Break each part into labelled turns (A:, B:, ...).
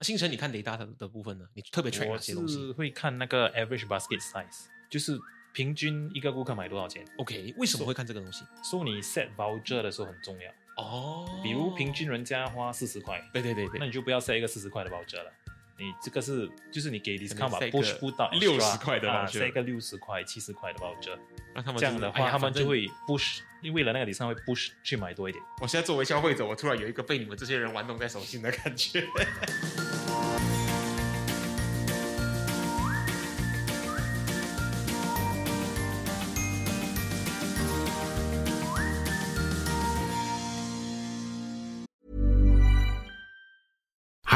A: 星辰，你看雷达的的部分呢？你特别 track 哪
B: 我
A: 些东西
B: 是会看那个 average basket size，就是平均一个顾客买多少钱。
A: ？OK，为什么会看这个东西？
B: 所以你 set voucher 的时候很重要，
A: 哦，
B: 比如平，均人家花四十块，
A: 对对对
B: 那
A: 对，
B: 你就不要 set 一个四十块的 voucher 了。你这个是就是你给 discount
A: 可
B: 吧
A: 能 set 一个
B: ，push 不到
A: 60块的 voucher
B: voucher，set 一个六十块、七十块的 voucher，
A: 那他们
B: 这样
A: 就是
B: 的
A: 哎
B: 话
A: 呀
B: 他们
A: 反正
B: 就会 push，因为为了那个 discount 会 push 去买多一点。
A: 我现在作为消费者，我突然有一个被你们这些人玩弄在手心的感觉。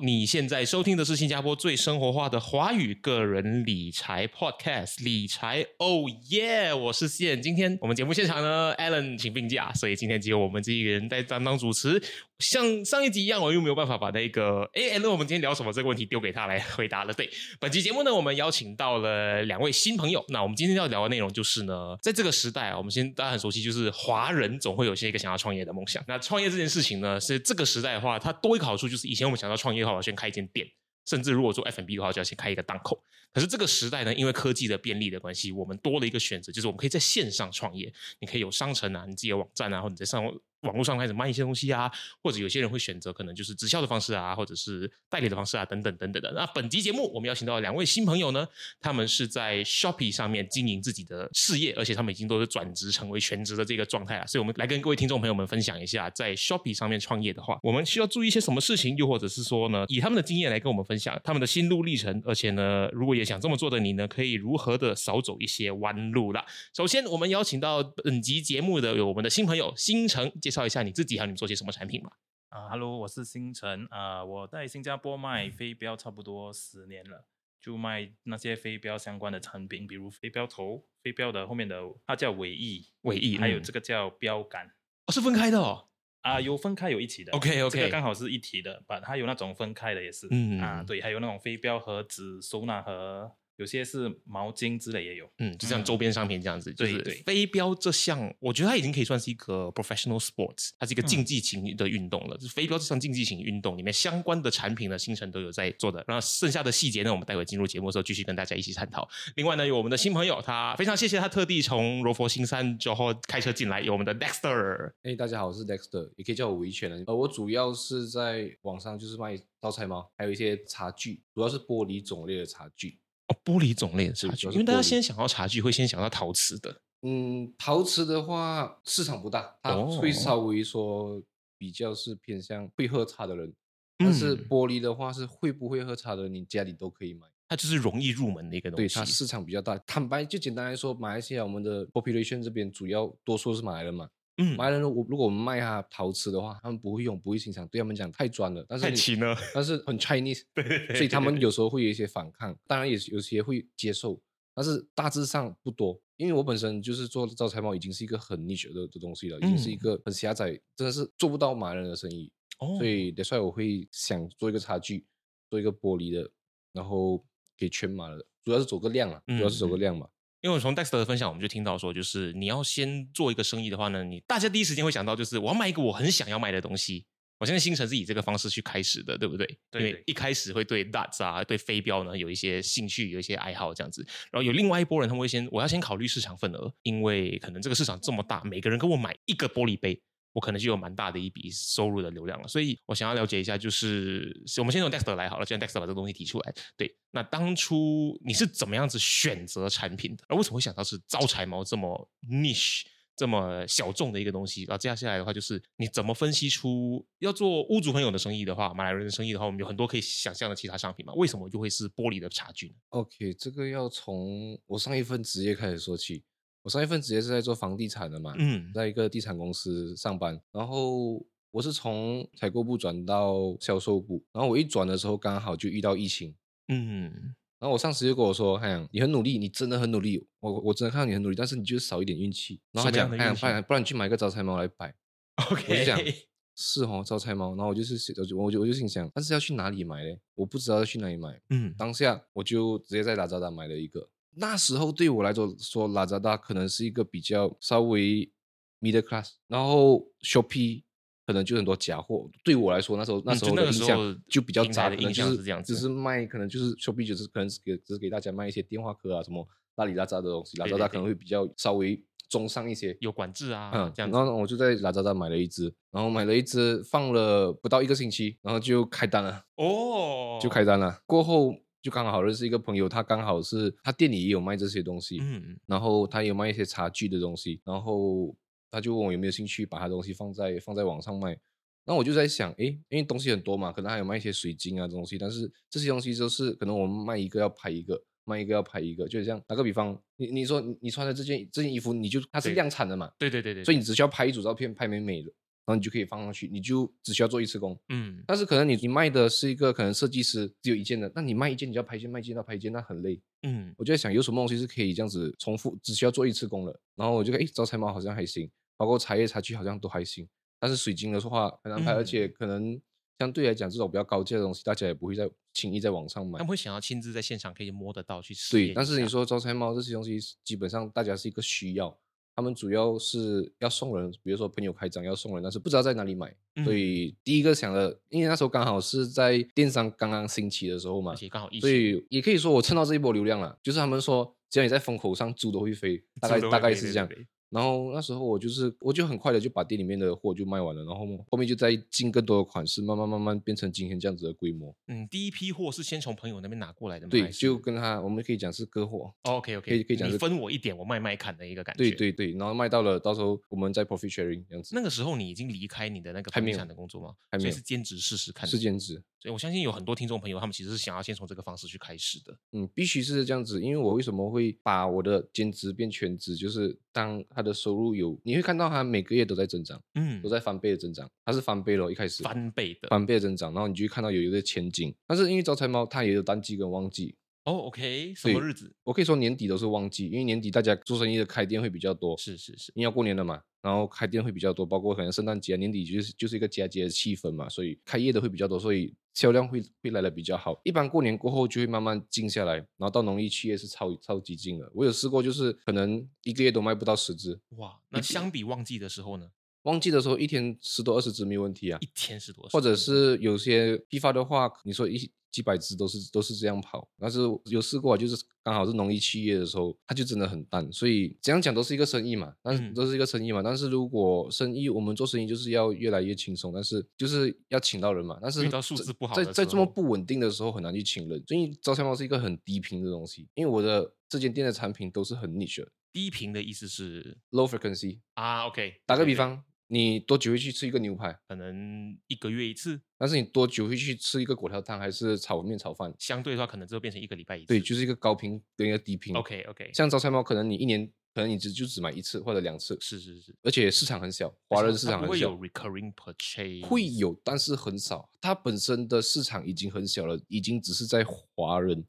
A: 你现在收听的是新加坡最生活化的华语个人理财 podcast《理财哦耶》，我是线。今天我们节目现场呢，Alan 请病假，所以今天只有我们这一个人在担当主持。像上一集一样，我又没有办法把那个哎，Alan，我们今天聊什么这个问题丢给他来回答了。对，本期节目呢，我们邀请到了两位新朋友。那我们今天要聊的内容就是呢，在这个时代啊，我们先大家很熟悉，就是华人总会有些一个想要创业的梦想。那创业这件事情呢，是这个时代的话，它多一个好处就是，以前我们想要创业的话，我要先开一间店，甚至如果做 F&B 的话，就要先开一个档口。可是这个时代呢，因为科技的便利的关系，我们多了一个选择，就是我们可以在线上创业。你可以有商城啊，你自己的网站啊，或者你在上网络上开始卖一些东西啊，或者有些人会选择可能就是直销的方式啊，或者是代理的方式啊，等等等等的。那本集节目我们邀请到两位新朋友呢，他们是在 Shopee 上面经营自己的事业，而且他们已经都是转职成为全职的这个状态了。所以，我们来跟各位听众朋友们分享一下，在 Shopee 上面创业的话，我们需要注意一些什么事情，又或者是说呢，以他们的经验来跟我们分享他们的心路历程，而且呢，如果也想这么做的你呢，可以如何的少走一些弯路啦。首先，我们邀请到本集节目的有我们的新朋友新城，介绍一下你自己和你们做些什么产品吧。
B: 啊，Hello，我是星辰啊，我在新加坡
C: 嗯
B: 卖飞镖差不多十年了，就卖那些飞镖相关的产品，比如飞镖头、飞镖的后面的，它叫尾翼，
A: 尾翼
B: 还有
A: 嗯
B: 这个叫标杆
A: 哦，是分开的哦。
C: 嗯
B: 啊，有分开有一起的。
A: OK，OK
B: 这个刚好是一体的，把它有那种分开的也是，
A: 嗯
B: 啊，对，还有那种飞镖盒子、收纳盒，有些是毛巾之类也有。
A: 嗯，就像周边商品这样子，就是
B: 对对
A: 飞镖这项，我觉得它已经可以算是一个 professional sports，它是一个竞技型的运动了。就是飞镖这项竞技型运动里面相关的产品呢，星辰都有在做的。然后剩下的细节呢，我们待会进入节目的时候继续跟大家一起探讨。另外呢，有我们的新朋友，他非常谢谢他特地从柔佛新山 Johor 开车进来，有我们的 Dexter。
C: 哎、大家好，我是 Dexter，也可以叫我维权啊。呃，我主要是在网上就是卖招财猫，还有一些茶具，主要是玻璃种类的茶具。
A: 哦，玻璃种类的茶
C: 是
A: 具，
C: 主要
A: 因
C: 是
A: 为大家
C: 玻璃
A: 先想到茶具，会先想到陶瓷的。
C: 嗯，陶瓷的话市场不大，它
A: 哦
C: 会稍微说比较是偏向会喝茶的人。但是
A: 嗯
C: 玻璃的话是会不会喝茶的人，你家里都可以买。
A: 它就是容易入门的一个东
C: 对，
A: 西。
C: 它市场比较大。坦白就简单来说，马来西亚我们的 population 这边主要多数是马来人嘛。
A: 嗯，
C: 马来人如果如果我们卖他陶瓷的话，他们不会用，不会欣赏，对他们讲太专了。但是
A: 太
C: 你
A: 勤了
C: 但是很 Chinese，
A: 对对对
C: 所以他们有时候会有一些反抗，当然也是有些会接受，但是大致上不多。因为我本身就是做招财猫，已经是一个很 niche 的的东西了，已经是一
A: 嗯
C: 个很狭窄，真的是做不到马来人的生意。
A: 哦
C: 所以 that's why 我会想做一个茶具，做一个玻璃的，然后给全马的，主要是走个量啊，主要是走个
A: 嗯嗯
C: 量嘛。
A: 因为我从 Dexter 的分享，我们就听到说，就是你要先做一个生意的话呢，你大家第一时间会想到就是我要卖一个我很想要卖的东西。我相信星辰是以这个方式去开始的，对不对？
B: 对
A: 因为
B: 对
A: 一开始会对 darts 啊、对飞镖呢有一些兴趣、有一些爱好这样子。然后有另外一波人，他们会先我要先考虑市场份额，因为可能这个市场这么大，每个人跟我买一个玻璃杯，我可能就有蛮大的一笔收入的流量了。所以我想要了解一下，就是我们先从 Dexter 来好了，既然 Dexter 把这个东西提出来，对，那当初你是怎么样子选择产品的？而为什么会想到是招财猫这么 niche、这么小众的一个东西？然后接下来的话就是你怎么分析出要做屋主朋友的生意的话，马来人的生意的话，我们有很多可以想象的其他商品嘛？为什么就会是玻璃的茶具呢？
C: OK，这个要从我上一份职业开始说起。我上一份职业是在做房地产的嘛，
A: 嗯
C: 在一个地产公司上班，然后我是从采购部转到销售部，然后我一转的时候刚好就遇到疫情，
A: 嗯
C: 然后我上司就跟我说：“汉阳，你很努力，你真的很努力，我我真的看到你很努力，但是你就是少一点运气。”然后他
A: 什么样的运
C: 讲：“汉阳，
A: 气
C: 不然不然你去买一个招财猫来摆。”我就 想
A: ，OK，
C: 是哦，招财猫。然后我就是我就我就我就心想，但是要去哪里买嘞？我不知道要去哪里买。
A: 嗯
C: 当下我就直接在拉扎达买了一个。那时候对我来说说拉扎达可能是一个比较稍微 middle class，然后 Shopee 可能就很多假货。对我来说，那时候那
A: 嗯
C: 时
A: 就
C: 候
A: 那
C: 的
A: 个
C: 印
A: 时候
C: 象就比较
A: 平台
C: 杂，
A: 的
C: 可能
A: 印
C: 就
A: 象
C: 是
A: 是这样
C: 只
A: 子
C: 是卖，可能就是 Shopee 就是可能只给只是给大家卖一些电话壳啊什么拉里拉扎的东西，拉
A: 对
C: 扎
A: 对
C: 达可能
A: 对
C: 会比较稍微中上一些。
A: 有管制啊，
C: 嗯，
A: 这样
C: 然
A: 子，
C: 后我就在拉扎达买了一只，然后买了一只，放了不到一个星期，然后就开单了，
A: 哦，
C: 就开单了。过后就刚好认识一个朋友，他刚好是他店里也有卖这些东西，
A: 嗯
C: 然后他也有卖一些茶具的东西，然后他就问我有没有兴趣把他东西放在放在网上卖。那我就在想，诶，因为东西很多嘛，可能还有卖一些水晶啊这东西，但是这些东西就是可能我们卖一个要拍一个，卖一个要拍一个，就这样。打个比方，你你说你你穿的这件这件衣服，你就它是
A: 对
C: 量产的嘛，
A: 对对对对，
C: 所
A: 以
C: 以你只需要拍一组照片，拍美美的，然后你就可以放上去，你就只需要做一次工。
A: 嗯
C: 但是可能你你卖的是一个可能设计师只有一件的，那你卖一件你就要拍一件，卖一件要拍一件，那很累。
A: 嗯
C: 我就在想有什么东西是可以这样子重复，只需要做一次工了。然后我就看，诶，招财猫好像还行，包括茶叶茶具好像都还行，但是水晶的话很难拍，而且可能相对来讲这种比较高阶的东西，大家也不会在轻易在网上
A: 他
C: 买
A: 们。会想要亲自在现场可以摸得到去试验一
C: 对，
A: 下，
C: 但是你说招财猫这些东西，基本上大家是一个需要，他们主要是要送人，比如说朋友开张要送人，但是不知道在哪里买，所
A: 嗯
C: 以第一个想的，因为那时候刚好是在电商刚刚兴起的时候嘛
A: 而，且刚好一
C: 所
A: 起，
C: 以也可以说我蹭到这一波流量了。就是他们说，只要你在风口上，猪都会飞，大概
A: 猪都会
C: 大概
A: 飞
C: 是
A: 对
C: 这样
A: 对。对
C: 然后那时候我就是，我就很快的就把店里面的货就卖完了，然后后面就再进更多的款式，慢慢慢慢变成今天这样子的规模。
A: 嗯，第一批货是先从朋友那边拿过来的吗？
C: 对，就跟他我们可以讲是割货，
A: OK OK，
C: 可以可以讲
A: 你
C: 是
A: 分我一点，我卖卖看的一个感觉。
C: 对对对，然后卖到了，到时候我们再 profit sharing 这样子
A: 那。个时候你已经离开你的那个
C: 还
A: 房
C: 没
A: 地
C: 有
A: 产的工作吗？
C: 还没
A: 所以
C: 有
A: 是兼职试试看。
C: 是。兼职，
A: 所以我相信有很多听众朋友，他们其实是想要先从这个方式去开始的。
C: 嗯，必须是这样子，因为我为什么会把我的兼职变全职，就是当他的收入有，你会看到他每个月都在增长，
A: 嗯
C: 都在翻倍的增长，他是翻倍咯，一开始
A: 翻倍的。
C: 翻倍的增长，然后你就会看到有一个前景。但是因为招财猫它也有淡季跟旺季，
A: 哦，OK，什么
C: 对
A: 日子？
C: 我可以说年底都是旺季，因为年底大家做生意的开店会比较多，
A: 是是是。
C: 因为要过年了嘛，然后开店会比较多，包括可能圣诞节、啊年底就是就是一个佳节的气氛嘛，所以开业的会比较多，所以销量会会来的比较好。一般过年过后就会慢慢静下来，然后到农历七月是超超级静了。我有试过，就是可能一个月都卖不到十只，
A: 哇，那相比旺季的时候呢，
C: 旺季的时候一天十多二十只没有问题啊
A: 一，天是多少？
C: 或者是有些批发的话，你说一几百只都是都是这样跑，但是有试过啊，就是刚好是农历七月的时候，它就真的很淡。所以怎样讲都是一个生意嘛，但是
A: 嗯
C: 都是一个生意嘛。但是如果生意，我们做生意就是要越来越轻松，但是就是要请到人嘛。但是
A: 遇到数
C: 这
A: 字不好
C: 在
A: 的
C: 在
A: 时
C: 这么
A: 候
C: 不稳定的时候很难去请人，所以招财猫是一个很低频的东西。因为我的这间店的产品都是很 niche 的
A: 低频的意思是
C: low frequency。
A: 啊，OK。
C: 打个比，方，你多久会去吃一个牛排？
A: 可能一个月一次，
C: 但是你多久会去吃一个果条汤，还是炒面炒饭？
A: 相对的话，可能就变成一个礼拜一次。
C: 对，就是一个高频跟一个低频。
A: OK OK。
C: 像招财猫，可能你一年可能你只就只买一次或者两次，
A: 是是是，
C: 而且市场很小，
A: 而
C: 华
A: 且
C: 人
A: 它
C: 市场
A: 不
C: 很
A: 会
C: 小
A: 有，recurring purchase，
C: 会有，但是很少。它本身的市场已经很小了，已经只是在华人，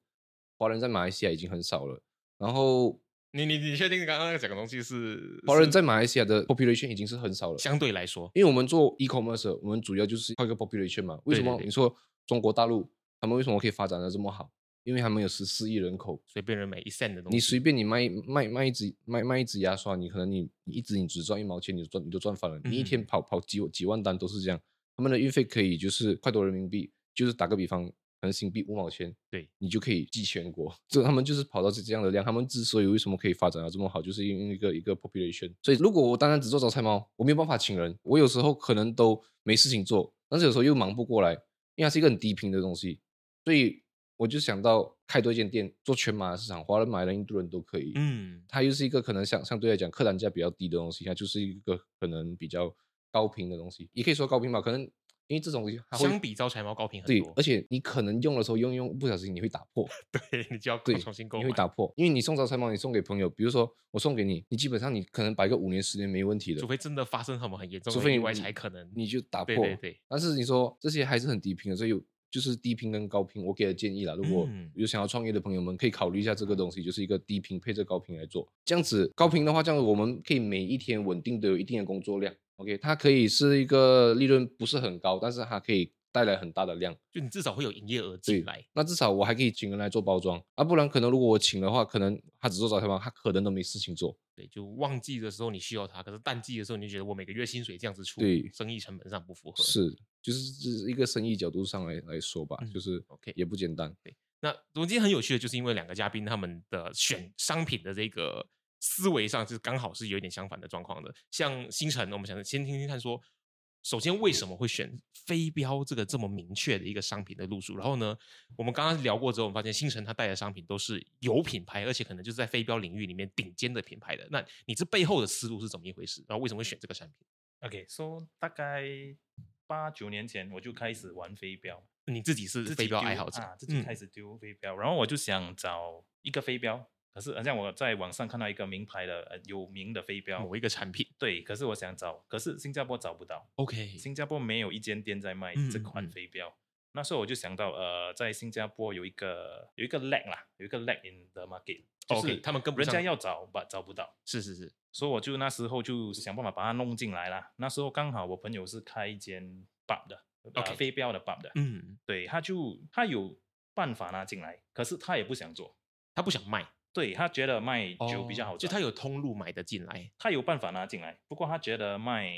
C: 华人在马来西亚已经很少了。然后
A: 你你你确定刚刚那个讲的东西是
C: 华人
A: 是
C: 在马来西亚的 population 已经是很少了，
A: 相对来说，
C: 因为我们做 e-commerce，的我们主要就是靠一个 population 嘛。
A: 对
C: 为什
A: 对
C: 么
A: 对
C: 你说中国大陆他们为什么可以发展的这么好？因为他们有十四亿人口，
A: 随便人买一 cent 的东西，
C: 你随便你卖卖卖一支卖卖一支牙刷，你可能你你一支你只赚一毛钱，你就赚你就赚翻了。你一天
A: 嗯
C: 跑跑几几万单都是这样，他们的运费可以就是块多人民币，就是打个比方，可能新币五毛钱，
A: 对
C: 你就可以寄全国。这他们就是跑到这这样的量，他们之所以为什么可以发展到这么好，就是因为一个一个 population。所以如果我单单只做招财猫，我没有办法请人，我有时候可能都没事情做，但是有时候又忙不过来，因为它是一个很低频的东西，所以我就想到开多一间店，做全马的市场，华人、马来人、印度人都可以。，
A: 嗯，
C: 它又是一个可能相相对来讲客单价比较低的东西，它就是一个可能比较高频的东西，也可以说高频吧。可能因为这种东西它会
A: 相比招财猫高频很
C: 对
A: 多，，
C: 而且你可能用的时候用一用不小心你会打 破，
A: 对你就要
C: 对，
A: 重新购
C: 你
A: 买
C: 会。打破，因为你送招财猫，你送给朋友，比如说我送给你，你基本上你可能摆个五年十年没问题的
A: 除，非真的发生什么很严重
C: 除
A: 的
C: 非
A: 意
C: 你
A: 外，才可能
C: 你就打破。
A: 对对对，
C: 但是你说这些还是很低频的，所以有就是低频跟高频，我给的建议啦，如果
A: 嗯
C: 有想要创业的朋友们，可以考虑一下这个东西，就是一个低频配着高频来做。这样子高频的话，这样我们可以每一天稳定的有一定的工作量。OK，它可以是一个利润不是很高，但是它可以带来很大的量。
A: 就你至少会有营业额
C: 对
A: 进来。
C: 那至少我还可以请人来做包装啊，不然可能如果我请的话，可能他只做早餐包，他可能都没事情做。
A: 对，就旺季的时候你需要它，可是淡季的时候你就觉得我每个月薪水这样子出，
C: 对
A: 生意成本上不符合。
C: 是，就是这是一个生意角度上来来说吧，
A: 嗯
C: 就是
A: ，OK
C: 也不简单。
A: 那总之很有趣的，就是因为两个嘉宾他们的选商品的这个思维上，就是刚好是有一点相反的状况的。像星辰，我们想先听听看说，首先为什么会选飞镖这个这么明确的一个商品的路数？然后呢，我们刚刚聊过之后，我们发现星辰他带的商品都是有品牌，而且可能就是在飞镖领域里面顶尖的品牌的。那你这背后的思路是怎么一回事？然后为什么会选这个产品？
B: OK，so、大概八九年前我就开始玩飞镖，
A: 你自己是
B: 自己
A: 飞镖
B: 丢
A: 爱好者，
B: 啊，自己
A: 嗯
B: 开始丢飞镖，然后我就想找一个飞镖，可是好像我在网上看到一个名牌的、呃、有名的飞镖
A: 某，一个产品。
B: 对，可是我想找，可是新加坡找不到，
A: OK，
B: 新加坡没有一间店在卖这
A: 嗯嗯
B: 款
A: 嗯
B: 飞镖。那时候我就想到，呃，在新加坡有一个有一个 lag 啦，有一个 lag in the market，就
A: OK，
B: 是
A: 他们跟不
B: 人
A: 上
B: 家要找吧找不到，
A: 是是是，
B: 所以我就那时候就想办法把它弄进来啦。那时候刚好我朋友是开一间 pub 的呃
A: OK
B: 飞镖的 pub 的，
A: 嗯，
B: 对，他就他有办法拿进来，可是他也不想做，
A: 他不想卖。
B: 对他觉得卖酒比较好
A: 哦就
B: 赚，
A: 他有通路买的进来，
B: 他有办法拿进来，不过他觉得卖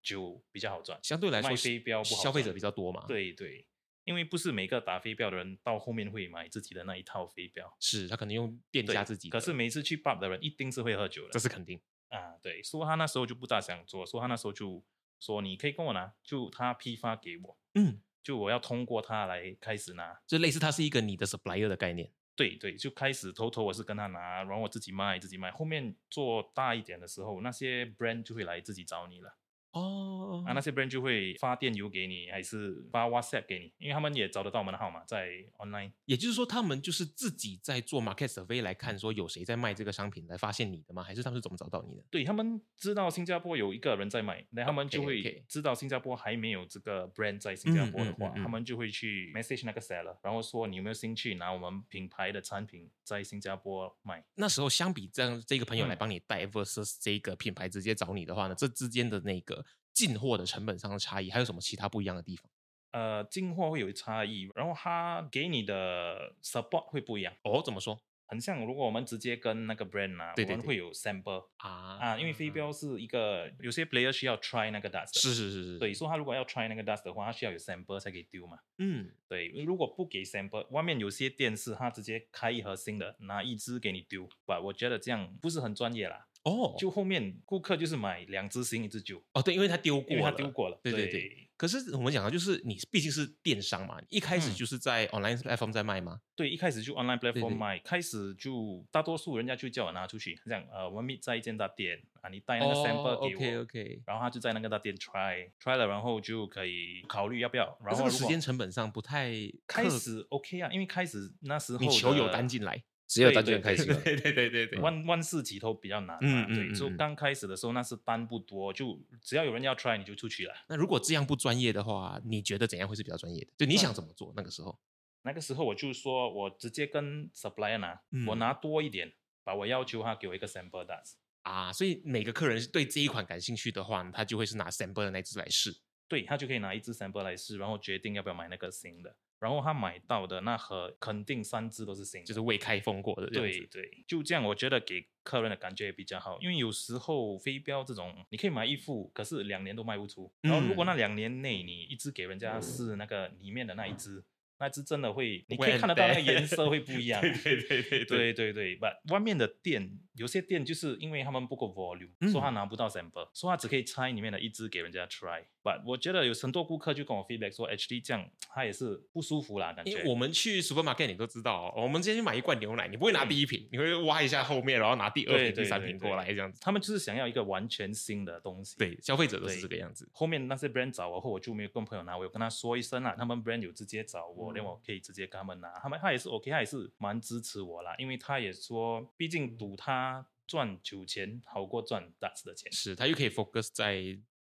B: 酒比较好赚，
A: 相对来说
B: 卖
A: 是
B: 飞镖不好
A: 消费
B: 赚
A: 者比较多嘛。，
B: 对对，因为不是每个打飞镖的人到后面会买自己的那一套飞镖，
A: 是他可能用店
B: 对
A: 家自己的，
B: 可是每次去 pub 的人一定是会喝酒的，
A: 这是肯定。
B: 啊，对，说他那时候就不大想做，说他那时候就说你可以跟我拿，就他批发给我，
A: 嗯，
B: 就我要通过他来开始拿，
A: 就类似它是一个你的 supplier 的概念。
B: 对对，就开始偷偷我是跟他拿，然后我自己卖自己卖，后面做大一点的时候，那些 brand 就会来自己找你了。
A: 哦
B: 啊，那些 brand 就会发电邮给你，还是发 WhatsApp 给你，因为他们也找得到我们的号码在 online。
A: 也就是说，他们就是自己在做 market survey 来看，说有谁在卖这个商品，来发现你的吗？还是他们是怎么找到你的？
B: 对他们知道新加坡有一个人在买，那他们就
A: OK，OK
B: 会知道新加坡还没有这个 brand 在新加坡的话，
A: 嗯嗯嗯嗯
B: 他们就会去 message 那个 seller，然后说你有没有兴趣拿我们品牌的产品在新加坡卖？
A: 那时候相比这样，这个朋友来
B: 嗯
A: 帮你带 versus 这个品牌直接找你的话呢，这之间的那个进货的成本上的差异，还有什么其他不一样的地方？
B: 呃，进货会有差异，然后他给你的 support 会不一样。
A: 哦，怎么说
B: 很像，如果我们直接跟那个 brand 拿、
A: 对对
B: 我们
A: 对
B: 会有 sample
A: 啊？
B: 啊，因为飞镖是一个有些 player 需要 try 那个 dust，的
A: 是是是是，
B: 对，，所以他如果要 try 那个 dust 的话，他需要有 sample 才可以丢嘛。
A: 嗯，
B: 对，如果不给 sample，外面有些店是他直接开一盒新的，拿一支给你丢，吧，我觉得这样不是很专业啦。
A: 哦，
B: 就后面顾客就是买两支新一支酒，
A: 哦，对，因为他丢过
B: 因为
A: 了，
B: 他丢过了。
A: 对对对
B: 对
A: 可是我们讲的就是你毕竟是电商嘛，一开始
B: 嗯
A: 就是在 online platform 在卖嘛。
B: 对一开始就 online
A: 对
B: platform 卖，开始就大多数人家就叫我拿出去，这样呃，我们 meet 在一间大店啊，你带那
A: 哦
B: 个 sample 给
A: OK
B: 我。
A: OK。
B: 然后他就在那个大店 try try 了，然后就可以考虑要不要。
A: 那
B: 然
A: 这
B: 后
A: 个
B: 如
A: 时
B: 果
A: 间成本上不太
B: 开
A: 克
B: 始 OK 啊，因为开始那时候
A: 你球有
B: 的
A: 单进来，
C: 只要
B: 对
C: 大家
B: 对
C: 很开
B: 对
C: 心了，
A: 对对对对
B: 万万事起头比较难
A: 嗯
B: 嘛，
A: 嗯
B: 对，
A: 嗯
B: 就
A: 嗯
B: 刚开始的时候那是单不多，就只要有人要 try 你就出去了。
A: 那如果这样不专业的话，你觉得怎样会是比较专业的？就你
B: 嗯
A: 想怎么做？那个时候
B: 那个时候我就说我直接跟 supplier 拿，
A: 嗯
B: 我拿多一点，把我要求他给我一个 sample dust。
A: 啊，所以每个客人是对这一款感兴趣的话，他就会是拿 sample 的那只来试。
B: 对他就可以拿一支 sample 来试，然后决定要不要买那个新的。然后他买到的那盒肯定三支都是新的，
A: 就是未开封过的这样
B: 对
A: 子。
B: 对，就这样，我觉得给客人的感觉也比较好，因为有时候飞镖这种，你可以买一副，可是
A: 嗯
B: 两年都卖不出。然后如果那两年内你一直给人家试那个里面的那一只，那只真的会，你可
A: Wet
B: 以看得到那 个
A: bag
B: 颜色会不一样。啊
A: 对对对对
B: 对对对，but 外面的店有些店就是因为他们不够 volume，、
A: 嗯
B: 说他拿不到 sample，说他只可以拆里面的一支给人家 try。but 我觉得有很多顾客就跟我 feedback 说，HD 这样他也是不舒服啦，感觉。
A: 因为我们去 supermarket 你都知道哦，我们今天去买一罐牛奶，你不会拿第一瓶，你会挖一下后面，然后拿第二
B: 嗯对
A: 瓶、
B: 对
A: 第三
B: 对
A: 瓶
B: 对
A: 过来这样子。
B: 他们就是想要一个完全新的东西。
A: 对，消费者都是
B: 对
A: 这个样子。
B: 后面那些 brand 找我后，我就没有跟朋友拿，我有跟他说一声啦，他们 brand 有直接找我，
A: 嗯
B: 连我可以直接跟他们拿，他们他也是 OK，他也是蛮支持我啦，因为他也说，毕竟赌他赚酒钱好过赚 Dutch 的钱。
A: 是，他又可以 focus 在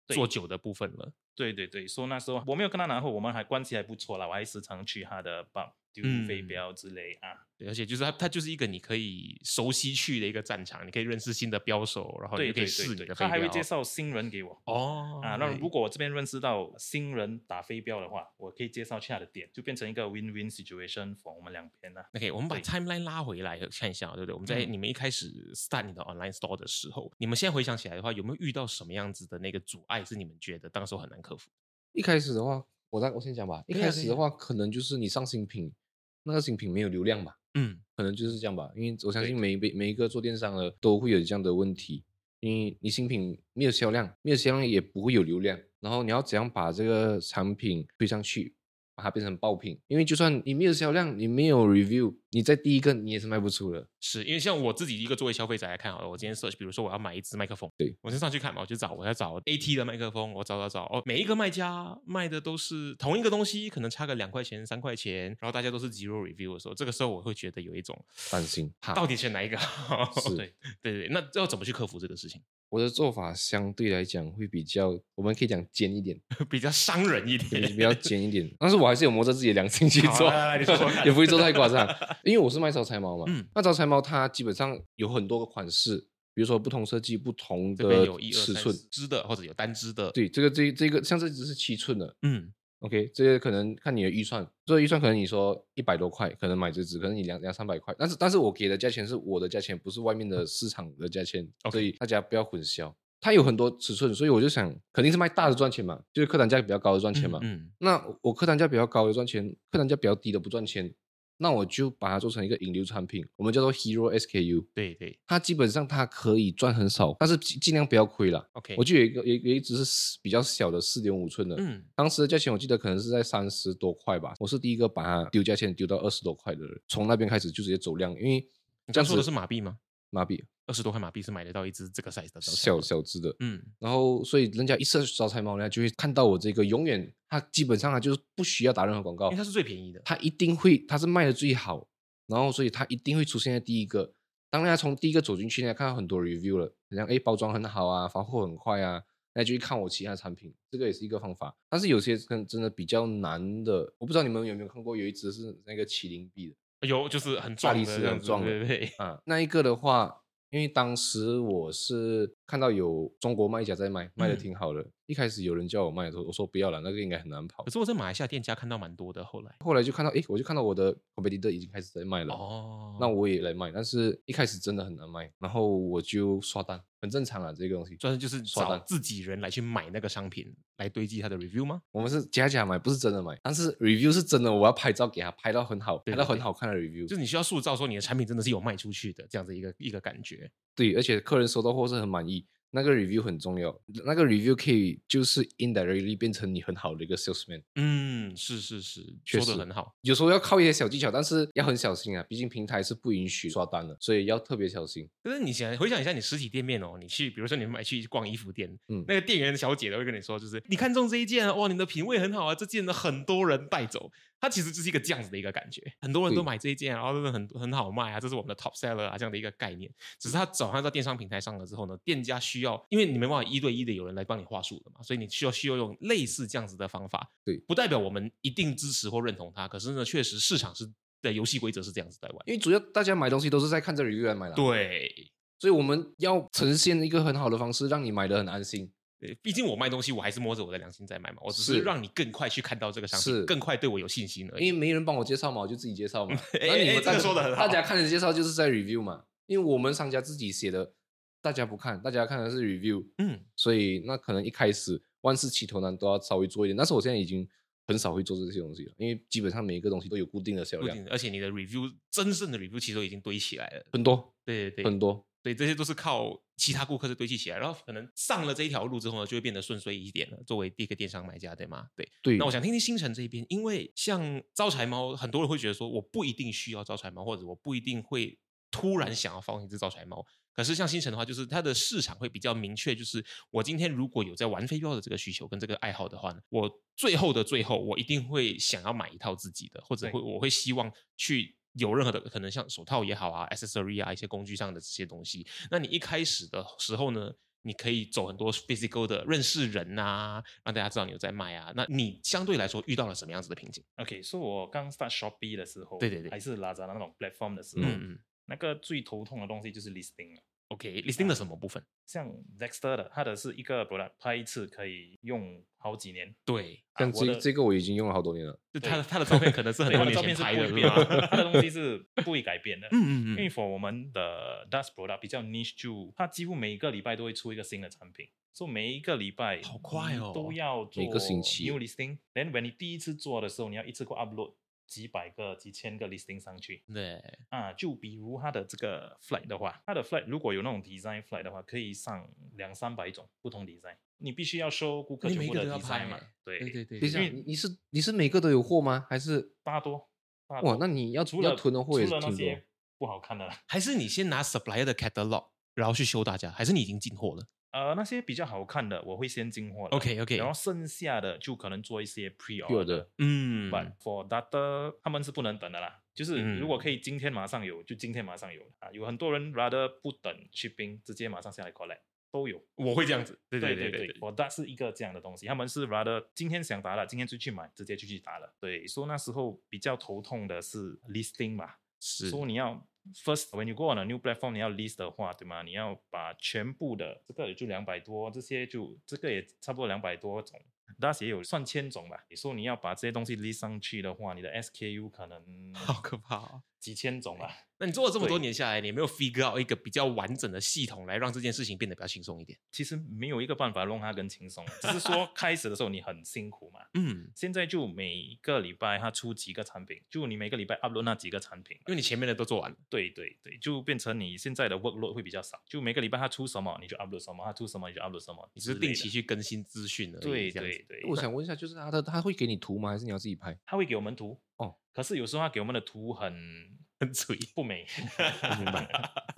B: 对
A: 做酒的部分了。
B: 对对对，说那时候我没有跟他拿货，我们还关系还不错啦，我还时常去他的 bar 丢
A: 嗯
B: 飞镖之类啊。
A: 对，而且就是它，它就是一个你可以熟悉去的一个战场，你可以认识新的标手，然后你就哦
B: 对
A: 可以
B: 对
A: 试
B: 对
A: 你
B: 对，
A: 的飞
B: 他还会
A: 镖
B: 介绍新人给我。
A: 哦
B: 啊，那
A: 对
B: 如果我这边认识到新人打飞镖的话，我可以介绍去他的店，就变成一个 win-win situation for 我们两边啊啦。
A: OK，我们把
B: 对
A: timeline 拉回来看一下，啊对不对？我们在
B: 嗯
A: 你们一开始 start 你的 online store 的时候，你们现在回想起来的话，有没有遇到什么样子的那个阻碍是你们觉得当时候很难克服？
C: 一开始的话，我再我先讲吧。一
A: 对呀
C: 开
A: 对
C: 始
A: 呀
C: 的话，可能就是你上新品，那个新品没有流量吧，
A: 嗯，
C: 可能就是这样吧。因为我相
B: 对
C: 信每一每每一个做电商的都会有这样的问题，因为你新品没有销量，没有销量也不会有流量，然后你要怎样把这个产品推上去，把它变成爆品？因为就算你没有销量，你没有 review，你在第一个你也是卖不出的。
A: 是因为像我自己一个作为消费者来看好了，我今天 search，比如说我要买一支麦克风，
C: 对
A: 我先上去看嘛，我就找我要找 AT 的麦克风，我找找找，哦，每一个卖家卖的都是同一个东西，可能差个两块钱、三块钱，然后大家都是 zero review 的时候，这个时候我会觉得有一种
C: 担心怕
A: 到底选哪一个 好？
C: 是
B: 对，
A: 对对，那要怎么去克服这个事情？
C: 我的做法相对来讲会比较，我们可以讲尖一点，
A: 比较伤人一
C: 比
A: 点，
C: 比较尖一点，但是我还是有磨着自己的良心去
A: 好啊
C: 做，
A: 来来来你说说看
C: 也不会做太夸张，因为我是卖招财猫嘛。
A: 嗯
C: 那招财猫它基本上有很多个款式，比如说不同设计、不同
A: 这边
C: 的
A: 有一二
C: 尺
A: 三
C: 寸
A: 四。支的，或者有单支的。，
C: 对，这个这这个像这只是七寸的
A: 嗯，
C: ，OK，这个可能看你的预算，这个预算可能你说一百多块，可能买这只，可能你两两三百块，但是但是我给的价钱是我的价钱，不是外面的市场的价钱
A: 嗯 OK
C: 所以大家不要混淆。它有很多尺寸，所以我就想，肯定是卖大的赚钱嘛，就是客单价比较高的赚钱嘛。
A: 嗯，
C: 那我客单价比较高的赚钱，客单价比较低的不赚钱，那我就把它做成一个引流产品，我们叫做 Hero SKU。
A: 对对
C: 它基本上它可以赚很少，但是尽尽量不要亏啦。
A: ，OK，
C: 我就有一个有有一只是比较小的四点五寸的，
A: 嗯
C: 当时的价钱我记得可能是在三十多块吧，我是第一个把它丢价钱丢到二十多块的人，从那边开始就直接走量，因为
A: 你
C: 这
A: 刚
C: 样
A: 说的
C: 子
A: 是马币吗？
C: 麻痹
A: 二十多块马币是买得到一只这个 size 的
C: 小
A: 小
C: 小只的，
A: 嗯
C: 然后所以人家一 search 招财猫，人家就会看到我这个，永远它基本上它就是不需要打任何广告
A: 因为，它是最便宜的。
C: 它一定会，它是卖的最好，然后所以它一定会出现在第一个。当他从第一个走进去，呢，看到很多 review 了，好像哎包装很好啊，发货很快啊，那就去看我其他产品，这个也是一个方法。但是有些真真的比较难的，我不知道你们有没有看过，有一只是那个麒麟臂的
A: 有就是很
C: 大
A: 壮
C: 力
A: 的
C: 士
A: 这样
C: 很
A: 子
C: 壮
A: 对
C: 的
A: 对 对，
C: 啊，那一个的话，因为当时我是看到有中国卖家在卖，卖的
A: 嗯
C: 挺好的，一开始有人叫我卖的时候，我说不要了，那个应该很难跑
A: 可。是我在马来西亚店家看到蛮多的，后来
C: 后来就看到，哎，我就看到我的 competitor 已经开始在卖了。
A: 哦，
C: 啊那我也来卖，但是一开始真的很难卖，然后我就刷单，很正常啊，这个东西。
A: 算是就是
C: 刷
A: 找
C: 单
A: 自己人来去买那个商品来堆积它的 review 吗？
C: 我们是假假买，不是真的买，但是 review 是真的，我要拍照给他拍到很好，
A: 对
C: 拍到
A: 对
C: 很
A: 对
C: 好看的 review。
A: 就是你需要塑造说你的产品真的是有卖出去的这样子一个一个感觉。
C: 对，而且客人收到货是很满意，那个 review 很重要，那个 review 可以就是 indirectly 变成你很好的一个 salesman。
A: 嗯，是是是，
C: 确
A: 说的
C: 实
A: 很好。
C: 有时候要靠一些小技巧，但是要很小心啊，毕竟平台是不允许刷单的，所以要特别小心。
A: 可是你想回想一下，你实体店面哦，你去，比如说你买去逛衣服店，
C: 嗯
A: 那个店员小姐都会跟你说，就是你看中这一件啊，哇，你的品味很好啊，这件呢很多人带走，它其实就是一个这样子的一个感觉，很多人都
C: 对
A: 买这一件，啊然后真的很很好卖啊，这是我们的 top seller 啊，这样的一个概念。只是它转换到电商平台上了之后呢，店家需要，因为你没办法一对一的有人来帮你话术的嘛，所以你需要需要用类似这样子的方法。
C: 对
A: 不代表我们一定支持或认同它，可是呢，确实市场是的游戏规则是这样子在玩。
C: 因为主要大家买东西都是在看这 review 来买的，，
A: 对，
C: 所以我们要呈现一个很好的方式，让你买的很安心。
A: 对，毕竟我卖东西，我还是摸着我的良心在卖嘛，我只是
C: 是
A: 让你更快去看到这个商
C: 是
A: 品，更快对我有信心而已。。
C: 因为没人帮我介绍嘛，我就自己介绍嘛
A: 哎
C: 那你
A: 哎这
C: 们
A: 个
C: 大家
A: 说得很好
C: 大家看人介绍就是在 review 嘛，因为我们商家自己写的，大家不看，大家看的是 review，
A: 嗯，
C: 所以那可能一开始万事起头难都要稍微做一点。但是我现在已经很少会做这些东西了，因为基本上每一个东西都有固定的销
A: 固
C: 量，
A: 定的，而且你的 review 真正的 review 其实都已经堆起来了。
C: 很多
A: 对对对，
C: 很多。
A: 对，这些都是靠其他顾客的堆砌起来，然后可能上了这一条路之后呢，就会变得顺遂一点了。作为第一个电商买家，对吗？对。
C: 对，
A: 那我想听听星辰这边，因为像招财猫，很多人会觉得说，我不一定需要招财猫，或者我不一定会突然想要放一只招财猫。可是像星辰的话，就是它的市场会比较明确，就是我今天如果有在玩飞镖的这个需求跟这个爱好的话呢，我最后的最后，我一定会想要买一套自己的，或者
B: 对
A: 会我会希望去。有任何的可能，像手套也好啊，accessory 啊，一些工具上的这些东西，那你一开始的时候呢，你可以走很多 physical 的认识人啊，让大家知道你有在卖啊。那你相对来说遇到了什么样子的瓶颈？
B: OK，所、以我刚 start Shopee 的时候，
A: 对对对
B: 还是拉扎那种 platform 的时候，
A: 嗯嗯
B: 那个最头痛的东西就是 listing 了。
A: ，OK，listing 的什么部分？
B: 像 Dexter 的，它的是一个 product 拍一次可以用好几年，
A: 对，
C: 像
B: 啊我
C: 这
B: 的
C: 这个我已经用了好多年了，
A: 就他的他的照片可能是很
B: 对它
A: 多
B: 的
A: 年前
B: 照片是
A: 拍
B: 不
A: 的，
B: 会
A: 是
B: 变 的，
A: 吧？
B: 它的东西是不会改变的。
A: 嗯嗯
B: 因为
A: 嗯，
B: for 我们的 Dust product 比较 niche，就它几乎每一个礼拜都会出一个新的产品，所以每一个礼拜
A: 好快哦
B: 你都要做
C: 每个星期
B: new listing。then when 你第一次做的时候，你要一次过 upload 几百个、几千个 listing 上去
A: 对，
B: 啊。就比如它的这个 flight 的话，它的 flight 如果有那种 design flight 的话，可以上两三百种不同 design，你必须要收顾客
A: 你
B: 全
A: 每
B: 部
A: 个
B: 的
A: 都要
B: design
A: 拍
B: 嘛
A: 欸。
B: 对
A: 对对
C: 等一
A: 对，
C: 下，
A: 因为
C: 你你是你是每个都有货吗？还是
B: 大多大
C: 哇
B: 多？
C: 那你要
B: 除
C: 要
B: 了
C: 囤的货也
B: 除
C: 是
B: 了那
C: 挺多。
B: 些不好看的啦。
A: 还是你先拿 supplier 的 catalog，然后去修大家，还是你已经进货了
B: 呃，那些比较好看的我会先进货了
A: ？OK OK，
B: 然后剩下的就可能做一些 pre
C: Pre-order
B: order。
A: 嗯，
B: But for data，他们是不能等的啦。就是
A: 嗯
B: 如果可以今天马上有，就今天马上有啊。有很多人 rather 不等 shipping，直接马上下来 collect 都有。
A: 我会这样子，对
B: 对
A: 对
B: 对我 that 是一个这样的东西，他们是 rather 今天想打了，今天就去买，直接就去打了。对，所、以那时候比较头痛的是 listing 嘛，
A: 是
B: 说你要 first when you go on a new platform，你要 list 的话，对吗？你要把全部的这个也就两百多，这些就这个也差不多两百多种，那也有算千种吧。你说你要把这些东西 list 上去的话，你的 SKU 可能
A: 好可怕哦。
B: 几千种吧。
A: 那你做了这么多
B: 对
A: 年下来，你有没有 figure out 一个比较完整的系统来让这件事情变得比较轻松一点？
B: 其实没有一个办法让它更轻松，只是说开始的时候你很辛苦嘛。
A: 嗯，
B: 现在就每个礼拜它出几个产品，就你每个礼拜 upload 那几个产品嘛，
A: 因为你前面的都做完了，
B: 对对对，就变成你现在的 workload 会比较少，就每个礼拜他出什么你就 upload 什么，他出什么你就 upload 什么，
A: 你只是
B: 之类
A: 定
B: 的
A: 期去更新资讯而已。
B: 对
A: 这样
B: 对
A: 子，
B: 对，
C: 我想问一下，就是他的他会给你图吗？还是你要自己拍？
B: 他会给我们图
C: 哦，
B: 可是有时候他给我们的图 很
A: 很嘴。
B: 不美，
C: 明白。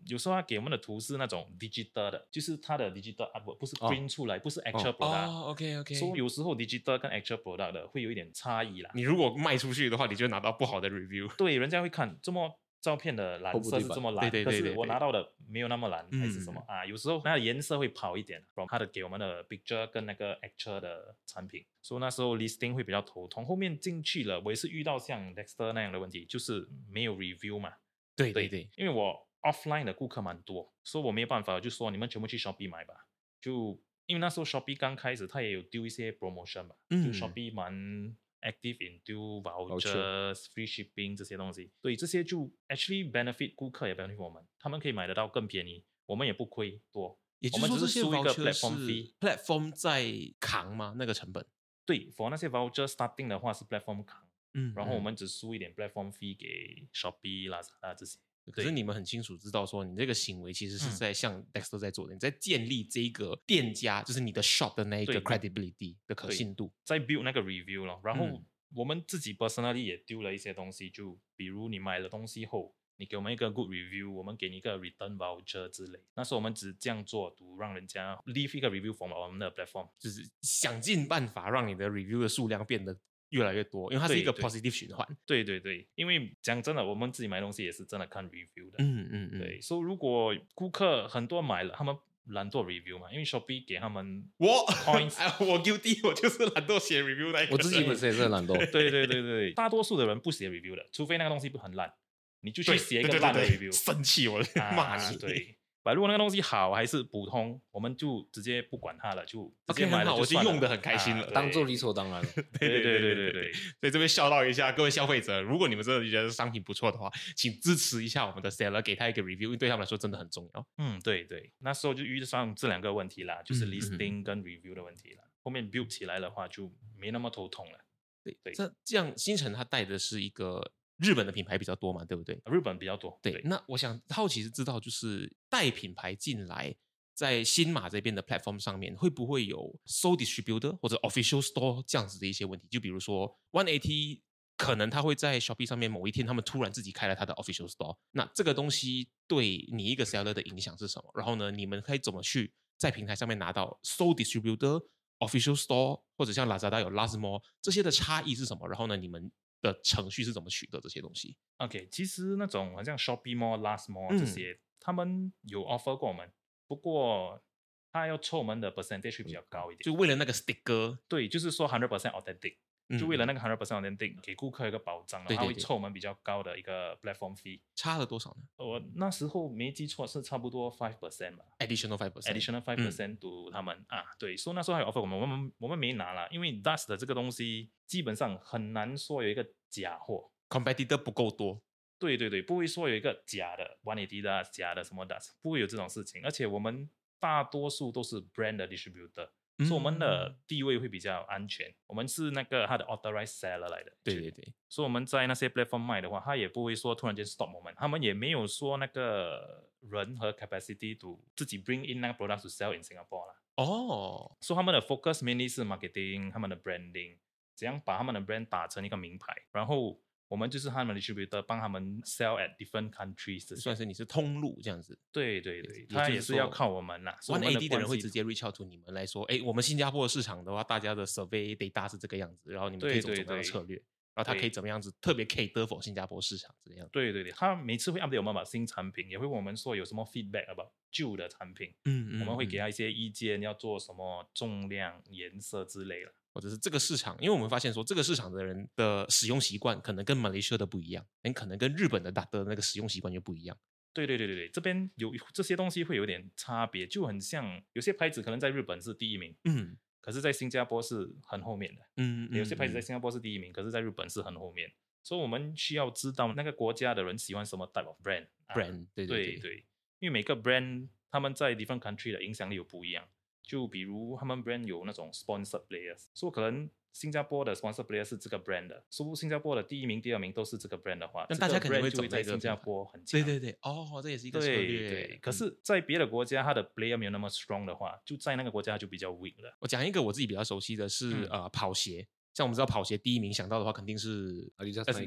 B: 有时候他给我们的图是那种 digital 的，就是他的 digital artwork 不是
C: 哦
B: print 出来，不是 actual product，
A: ，OK 哦 OK
B: 所以有时候 digital 跟 actual product 的会有一点差异啦。
A: 你如果卖出去的话，你就拿到不好的 review。
B: 对，人家会看这么照片的蓝
C: 后部
B: 色
C: 对
B: 是
C: 吧
B: 这么蓝，
A: 对对对
B: 可
A: 对嗯
B: 是我
A: 对
B: 拿到的没有那么蓝，还是什么、啊？有时候它的颜色会跑一点，from 它的给我们的 picture 跟那个 actual 的产品，所以那时候 listing 会比较头痛。后面进去了，我也是遇到像 Dexter 那样的问题，就是没有 review 嘛。
A: 对
B: 对
A: 对，
B: 因为我 offline 的顾客蛮多，所以我没有办法，我就说你们全部去 Shopee 买吧。就因为那时候 Shopee 刚开始，它也有丢一些 promotion 吧，
A: 嗯
B: 就 Shopee 蛮 active in 丢
C: Voucher
B: vouchers、free shipping 这些东西，所以这些就 actually benefit 顾客也 benefit 我们，他们可以买得到更便宜，我们也不亏多。
A: 也就
B: 我们
A: 说
B: 只
A: 这
B: 是
A: 些
B: 输一个
A: voucher
B: platform
A: 是
B: fee
A: platform 在扛吗？那个成本？
B: 对，for 那些 voucher starting 的话是 platform 扛，
A: 嗯
B: 然后我们只输一点 platform fee 给 Shopee、Lazada 这些。
A: 可是
B: 对
A: 你们很清楚知道说，你这个行为其实是
B: 嗯
A: 在像 Dexter 在做的，你在建立这个店家，就是你的 shop 的那一个
B: 对
A: credibility 的可
B: 对
A: 信度。
B: 在 build 那个 review 咯，然后
A: 嗯
B: 我们自己 personally 也丢了一些东西，就比如你买了东西后，你给我们一个 good review，我们给你一个 return voucher 之类。那时候我们只这样做，读让人家 leave 一个 review from 我们的 platform。
A: 就是想尽办法让你的 review 的数量变得越来越多，因为它是一
B: 对
A: 个
B: 对
A: positive 循环。
B: 对对对，因为讲真的，我们自己买东西也是真的看 review 的。
A: 嗯嗯嗯，
B: 对，所以如果顾客很多买了，他们懒惰 review 嘛，因为 Shopee 给他们
A: 我
B: Points
A: 哎我 guilty，我就是懒惰写 review 那一个人。
C: 我自己本身也是很懒惰，
B: 对对对对，大多数的人不写 review 的，除非那个东西不很烂，你就
A: 对
B: 去写一个
A: 对对
B: 烂的
A: 对
B: review。
A: 生气我就骂
B: 啊
A: 你。
B: 对，反正如果那个东西好还是普通，我们就直接不管它了，就直
A: OK，
B: 接买
A: 很
B: 了
A: 好我就
B: 算了
A: 用得很开心了
B: 啊对
C: 当做理所当然了。
B: 对对对对对对，
A: 所以这边笑到一下各位消费者，如果你们真的觉得商品不错的话，请支持一下我们的 seller，给他一个 review，因为对他们来说真的很重要。
B: 嗯，对对，那时候就遇上这两个问题啦，就
A: 嗯
B: 是
A: 嗯嗯
B: listing 跟 review 的问题啦。后面 build 起来的话就没那么头痛了。
A: 对
B: 对
A: 这这样新城它带的是一个日本的品牌比较多嘛，对不对？
B: 日本比较多。
A: 对，那我想好奇是知道，就是带品牌进来，在新马这边的 platform 上面，会不会有 sole distributor 或者 official store 这样子的一些问题？就比如说 One AT，可能他会在 Shopee 上面某一天，他们突然自己开了他的 official store，那这个东西对你一个 seller 的影响是什么？然后呢，你们可以怎么去在平台上面拿到 sole distributor、official store 或者像 Lazada 有 Lazmo 这些的差异是什么？然后呢，你们的程序是怎么取得这些东西？
B: OK，其实那种好像 Shopee Mall、Last Mall
A: 嗯
B: 这些，他们有 offer 过我们，不过他要抽我们的 percentage 会比
A: 嗯
B: 较高一点。
A: 就为了那个 sticker，
B: 对，就是说 hundred percent authentic，、就为了
A: 嗯
B: 那个 hundred percent authentic 给顾客一个保障，
A: 对
B: 然后他
A: 对
B: 会
A: 对
B: 抽我们比较高的一个 platform fee。
A: 差了多少呢
B: 我那时候没记错是差不多 five percent 吧。
A: ？Additional five percent。
B: additional five percent to 他们、啊，对，所、以那时候还有 offer 我们，我们我们没拿啦，因为 Dust 的这个东西基本上很难说有一个假货，
A: competitor 不够多，
B: 对对对，不会说有一个假的 One e i t Dust 假的什么 Dust，不会有这种事情，而且我们大多数都是 brand 的 distributor，、所
A: 嗯
B: 以我们的地位会比较安全，我们是那个他的 authorized seller 来的，
A: 对对对，
B: 所以我们在那些 platform 卖的话，他也不会说突然间 stop 我们，他们也没有说那个人和 capacity to 自己 bring in 那个 product to sell in Singapore 啦。
A: 哦，
B: 所以他们的 focus mainly 是 marketing，他们的 branding，怎样把他们的 brand 打成一个名牌，然后我们就是他们的 distributor，帮他们 sell at different countries 这些
A: 算是你是通路这样子
B: 对对
A: 也
B: 对，
A: 就
B: 他
A: 是
B: 也是要
A: 说
B: 靠我们啦。所以
A: ，one
B: 我们
A: AD 的人
B: 关
A: 会
B: 系
A: 直接 reach out to 你们来说，哎，我们新加坡的市场的话，大家的 survey data 是这个样子，然后你们可以
B: 对
A: 走怎
B: 对
A: 么样的
B: 对
A: 策略，然后它可以
B: 对
A: 怎么样子特别 cater for 新加坡市场这个样子，
B: 对对对，他每次会 update 我们把新产品，也会问我们说有什么 feedback about 旧的产品，
A: 嗯
B: 我们会给
A: 他，
B: 他一些意见，要做什么重量、颜色之类的。
A: 或者是这个市场，因为我们发现说这个市场的人的使用习惯可能跟马来西亚的不一样，很可能跟日本的大的那个使用习惯就不一样，
B: 对对对对对，这边有这些东西会有点差别，就很像有些牌子可能在日本是第一名，
A: 嗯
B: 可是在新加坡是很后面的。
A: 嗯，
B: 有些牌子在
A: 嗯
B: 新加坡是第一名，可是在日本是很后面，所以我们需要知道那个国家的人喜欢什么 type of brand、啊。
A: brand，对
B: 对
A: 对，
B: 因为每个 brand 他们在 different country 的影响力有不一样。就比如他们 brand 有那种 sponsor players，所以可能新加坡的 sponsor player 是这个 brand 的，所以新加坡的第一名、第二名都是这个 brand 的话，
A: 那
B: 这
A: 大家
B: 个
A: 肯定
B: brand
A: 会
B: 就
A: 走
B: 会
A: 那
B: 在
A: 个
B: 新加
A: 品牌
B: 坡很强。
A: 啊对对对，哦，这也是一个策
B: 对
A: 略，
B: 对，可
A: 嗯
B: 是，在别的国家，它的 player 没有那么 strong 的话，就在那个国家就比较 weak 了。
A: 我讲一个我自己比较熟悉的是、
B: 嗯
A: 呃跑鞋，像我们知道跑鞋第一名想到的话肯定是
C: Adidas
A: 呃是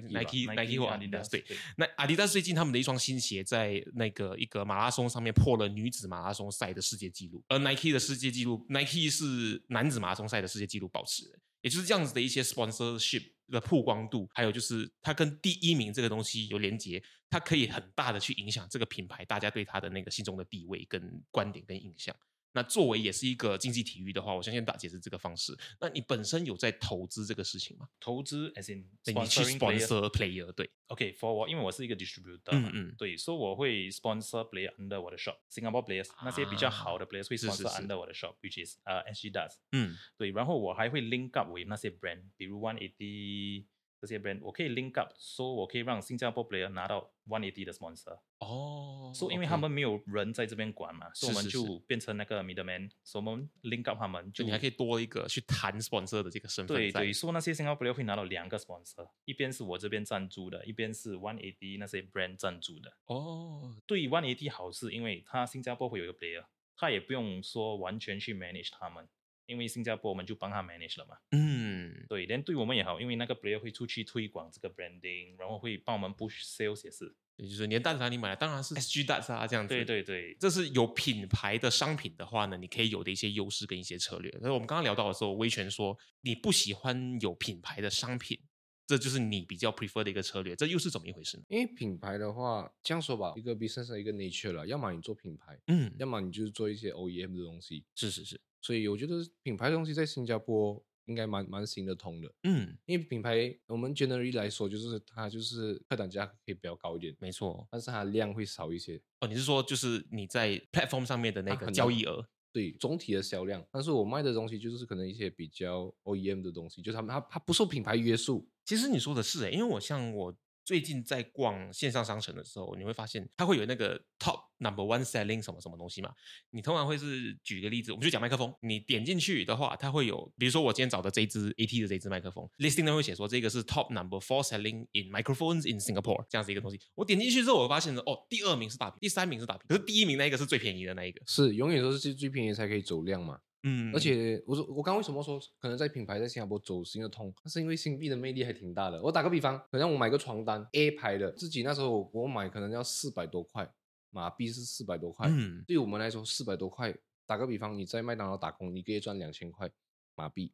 A: Nike
C: Nike
A: Nike 或 Adidas
B: 啊 Adidas，
A: 对。那 Adidas 最近他们的一双新鞋在那个一个马拉松上面破了女子马拉松赛的世界纪录，而 Nike 的世界纪录，Nike 是男子马拉松赛的世界纪录保持人，也就是这样子的一些 sponsorship 的曝光度，还有就是它跟第一名这个东西有连接，它可以很大的去影响这个品牌大家对它的那个心中的地位、跟观点、跟印象。那作为也是一个竞技体育的话，我相信大姐是这个方式。那你本身有在投资这个事情吗？
B: 投资，as in
A: 对你去
B: sponsoring players
A: sponsor player，对，
B: OK，for、我，因为我是一个 distributor
A: 嗯
B: 嘛，
A: 嗯
B: 对，所以我会 sponsor player under 我的 shop，Singapore players、那些比较好的 players 会
A: 啊是是
B: sponsor
A: 是
B: under 我的 shop，which is 呃、SG does，
A: 嗯，
B: 对，然后我还会 link up with 那些 brand，比如 One Eighty 这些 brand，我可以 link up，所、so、以我可以让新加坡 player 拿到 One Eighty 的 sponsor，
A: 哦，
B: 所、so, 以因为
A: OK
B: 他们没有人在这边管嘛，所以我
A: 是
B: 们
A: 是是
B: 就变成那个 middleman，所以我们 link up 他们
A: 就
B: 就
A: 你还可以多一个去谈 sponsor 的这个身份
B: 对
A: 在
B: 对，说那些新加坡 player 会拿到两个 sponsor，一边是我这边赞助的，一边是 One Eighty 那些 brand 赞助的。
A: 哦，
B: 对 One AD 好是因为他新加坡会有一个 player，他也不用说完全去 manage 他们，因为新加坡我们就帮他 manage 了嘛。
A: 嗯，
B: 对，连对我们也好，因为那个 player 会出去推广这个 branding，然后会帮我们 push sales 也是。
A: 也就是你的蛋挞你买了，当然是 SG 蛋挞这样子，
B: 哎对对对，
A: 这是有品牌的商品的话呢，你可以有的一些优势跟一些策略。所以我们刚刚聊到的时候，威权说你不喜欢有品牌的商品，这就是你比较 prefer 的一个策略，这又是怎么一回事呢？
C: 因为品牌的话，这样说吧，一个 business 的一个 nature 了，要么你做品牌，
A: 嗯
C: 要么你就是做一些 OEM 的东西。
A: 是是是，
C: 所以我觉得品牌的东西在新加坡应该蛮蛮行得通的，
A: 嗯，
C: 因为品牌我们 generally 来说，就是它就是客单价可以比较高一点，
A: 没错。
C: 但是它量会少一些。
A: 哦，你是说就是你在 platform 上面的
B: 啊
A: 那
C: 它
A: 个
C: 很
A: 交
C: 难
A: 易额？
C: 对总体的销量，但是我卖的东西就是可能一些比 E 较 OEM 的东西，就是他们它它不受品牌约束，
A: 欸其实你说的是诶，因为我像我最近在逛线上商城的时候，你会发现它会有那个 top number one selling 什么什么东西嘛？你通常会是举个例子，我们就讲麦克风，你点进去的话，它会有，比如说我今天找的这一支 AT 的这支麦克风，listing 呢会写说这个是 top number four selling in microphones in Singapore 这样子一个东西。我点进去之后，我发现了哦，第二名是大屏，第三名是大屏，可是第一名那一个是最便宜的那一个。
C: 是永远都是最最便宜才可以走量嘛。
A: 嗯
C: 而且我说我刚刚为什么说可能在品牌在新加坡走行得通，那是因为新币的魅力还挺大的。我打个比方，可能我买个床单 A 牌的，自己那时候我买可能要四百多块，马币是四百多块，
A: 嗯
C: 对我们来说四百多块，打个比方，你在麦当劳打工，你一个月赚两千块马币。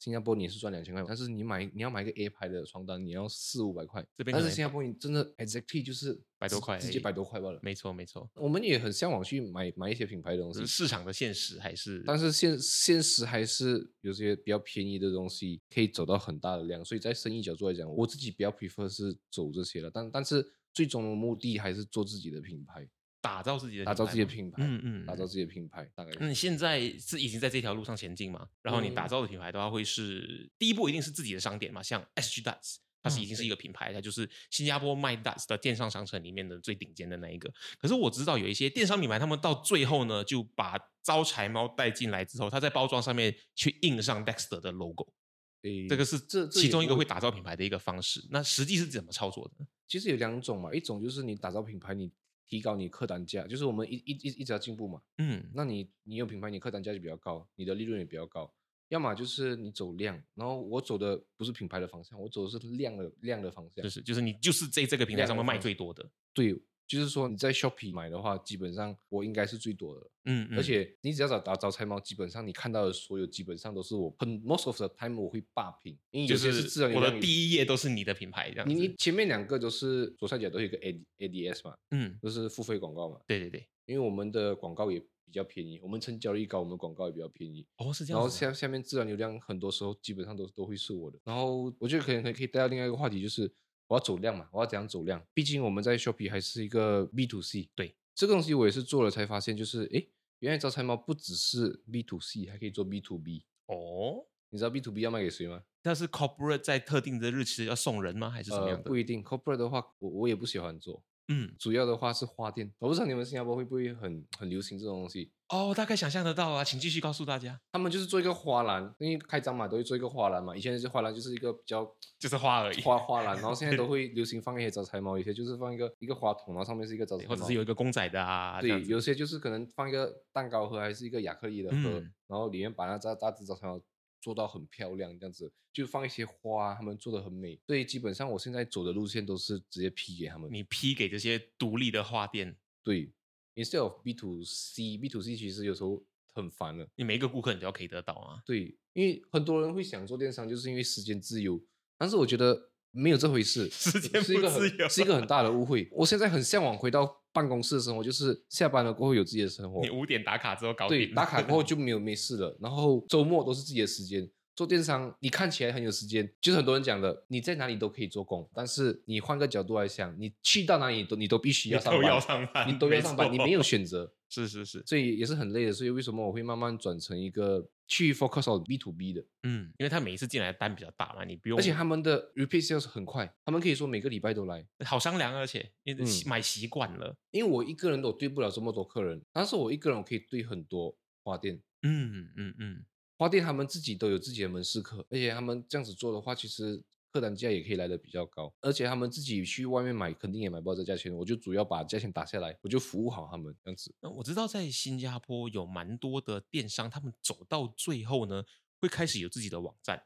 C: 新加坡你是赚两千块，但是你买你要买一个 A 牌的床单，你要四五百块。
A: 这边
C: 但
A: 可
C: 是
A: 能
C: 新加坡你真的 exactly 就是
A: 百多
C: 直
A: 块
C: 直
A: 而
C: 接
A: 已
C: 百多块罢了。
A: 没错没错，
C: 我们也很向往去买买一些品牌的东西，
A: 市场的现实还是
C: 但是现现实还是有些比较便宜的东西可以走到很大的量，所以在生意角度来讲，我自己比较 prefer 是走这些了，但但是最终的目的还是做自己的品牌，
A: 打造自己的
C: 打造自己的
A: 牌
C: 品牌，
A: 嘛。嗯嗯，
C: 打造自己的品牌，大概是、
A: 那你现在是已经在这条路上前进嘛？然后你打
C: 嗯
A: 造的品牌的话，会是第一步一定是自己的商店嘛，像 SG Duds。它是
B: 嗯
A: 已经是一个品牌，它就是新加坡卖 Duds 的电商商城里面的最顶尖的那一个。可是我知道有一些电商品牌，他们到最后呢，就把招财猫带进来之后，它在包装上面去印上 Dexter 的 logo，
C: 诶
A: 这个是
C: 这这
A: 其
C: 也
A: 中一
C: 不
A: 个会打造品牌的一个方式。那实际是怎么操作的？
C: 其实有两种嘛，一种就是你打造品牌，你提高你客单价，就是我们一一一一直要进步嘛，
A: 嗯
C: 那你你有品牌，你客单价就比较高，你的利润也比较高。要么就是你走量，然后我走的不是品牌的方向，我走的是量的量的方向
A: 就。是就是你就是在这个平台上面
C: 两个
A: 卖
C: 方
A: 最多的，
C: 对，就是说你在 Shopee 买的话，基本上我应该是最多的了。
A: 嗯，嗯
C: 而且你只要找打招财猫，基本上你看到的所有基本上都是我很 most of the time 我会霸屏，因为
A: 就
C: 有些是自然
A: 我
C: 流量
A: 的
C: 有
A: 第一页都是你的品牌这样
C: 你
A: 子，
C: 你前面两个都是左下角都有一个 A A D S 嘛，
A: 嗯，
C: 都是付费广告嘛，
A: 对对对，
C: 因为我们的广告也比较便宜，我们成交率高，我们广告也比较便宜。
A: 哦是这
C: 然
A: 样
C: 后
A: 子的，
C: 下下面自然流量很多时候基本上都都会是我的。然后我觉得可能可以可以带到另外一个话题，就是我要走量嘛，我要怎样走量？毕竟我们在 Shopee 还是一个 B to C。
A: 对，
C: 这个东西我也是做了才发现，就是诶，原来招财猫不只是 B to C，还可以做 B to B。
A: 哦，
C: 你知道 B to B 要卖给谁吗？
A: 那是 corporate 在特定的日期要送人吗？还是什么
C: 呃，
A: 样的？
C: 不一定。Corporate 的话，我我也不喜欢做，
A: 嗯，
C: 主要的话是花店。我不知道你们新加坡会不会很很流行这种东西。
A: 哦，大概想象得到啊，请继续告诉大家，
C: 他们就是做一个花篮，因为开张嘛，都会做一个花篮嘛。以前是花篮就是一个比较
A: 就是花而已，
C: 花花篮，然后 现在都会流行放一些招财猫，有些就是放一个一个花筒，然后上面是一个招财
A: 或
C: 猫，
A: 者是有一个公仔的啊，这样
C: 哦对，
A: 子
C: 有些就是可能放一个蛋糕盒，还是一个亚克力的盒，
A: 嗯
C: 然后里面把那大大只招财猫哦做到很漂亮，这样子就放一些花，他们做的很美。所以基本上我现在走的路线都是直接批给他们，
A: 你批给这些独立的花店，
C: 对，instead of B to C，B to C 其实有时候很烦了。
A: 你每一个顾客你都要可以得到啊，
C: 对，因为很多人会想做电商，就是因为时间自由，但是我觉得没有这回事，
A: 时间
C: 是一
A: 不
C: 个
A: 自由
C: 很是一个很大的误会。我现在很向往回到办公室的生活，就是下班了过后有自己的生活
A: 你，五点打卡之后搞
C: 对，
A: 定，
C: 打卡过后就没有没事了，然后周末都是自己的时间。做电商，你看起来很有时间，就是很多人讲的，你在哪里都可以做工，但是你换个角度来想，你去到哪里都你都必须
A: 你
C: 要上班，
A: 都要上班，
C: 你都要上班，你没有
A: 错，
C: 选择。
A: 是是是，
C: 所以也是很累的。所以为什么我会慢慢转成一个去 focus on B to B 的，
A: 嗯，因为他每一次进来的单比较大嘛，你不用，
C: 而且他们的 repeat sales 很快，他们可以说每个礼拜都来。
A: 好商量，而且因为
C: 嗯
A: 习买习惯了，
C: 因为我一个人都对不了这么多客人，但是我一个人我可以对很多花店，
A: 嗯嗯嗯，
C: 花店他们自己都有自己的门市客，而且他们这样子做的话，其实客单价也可以来的比较高，而且他们自己去外面买肯定也买不到这价钱，我就主要把价钱打下来，我就服务好他们这样子。
A: 那我知道在新加坡有蛮多的电商，他们走到最后呢，会开始有自己的网站，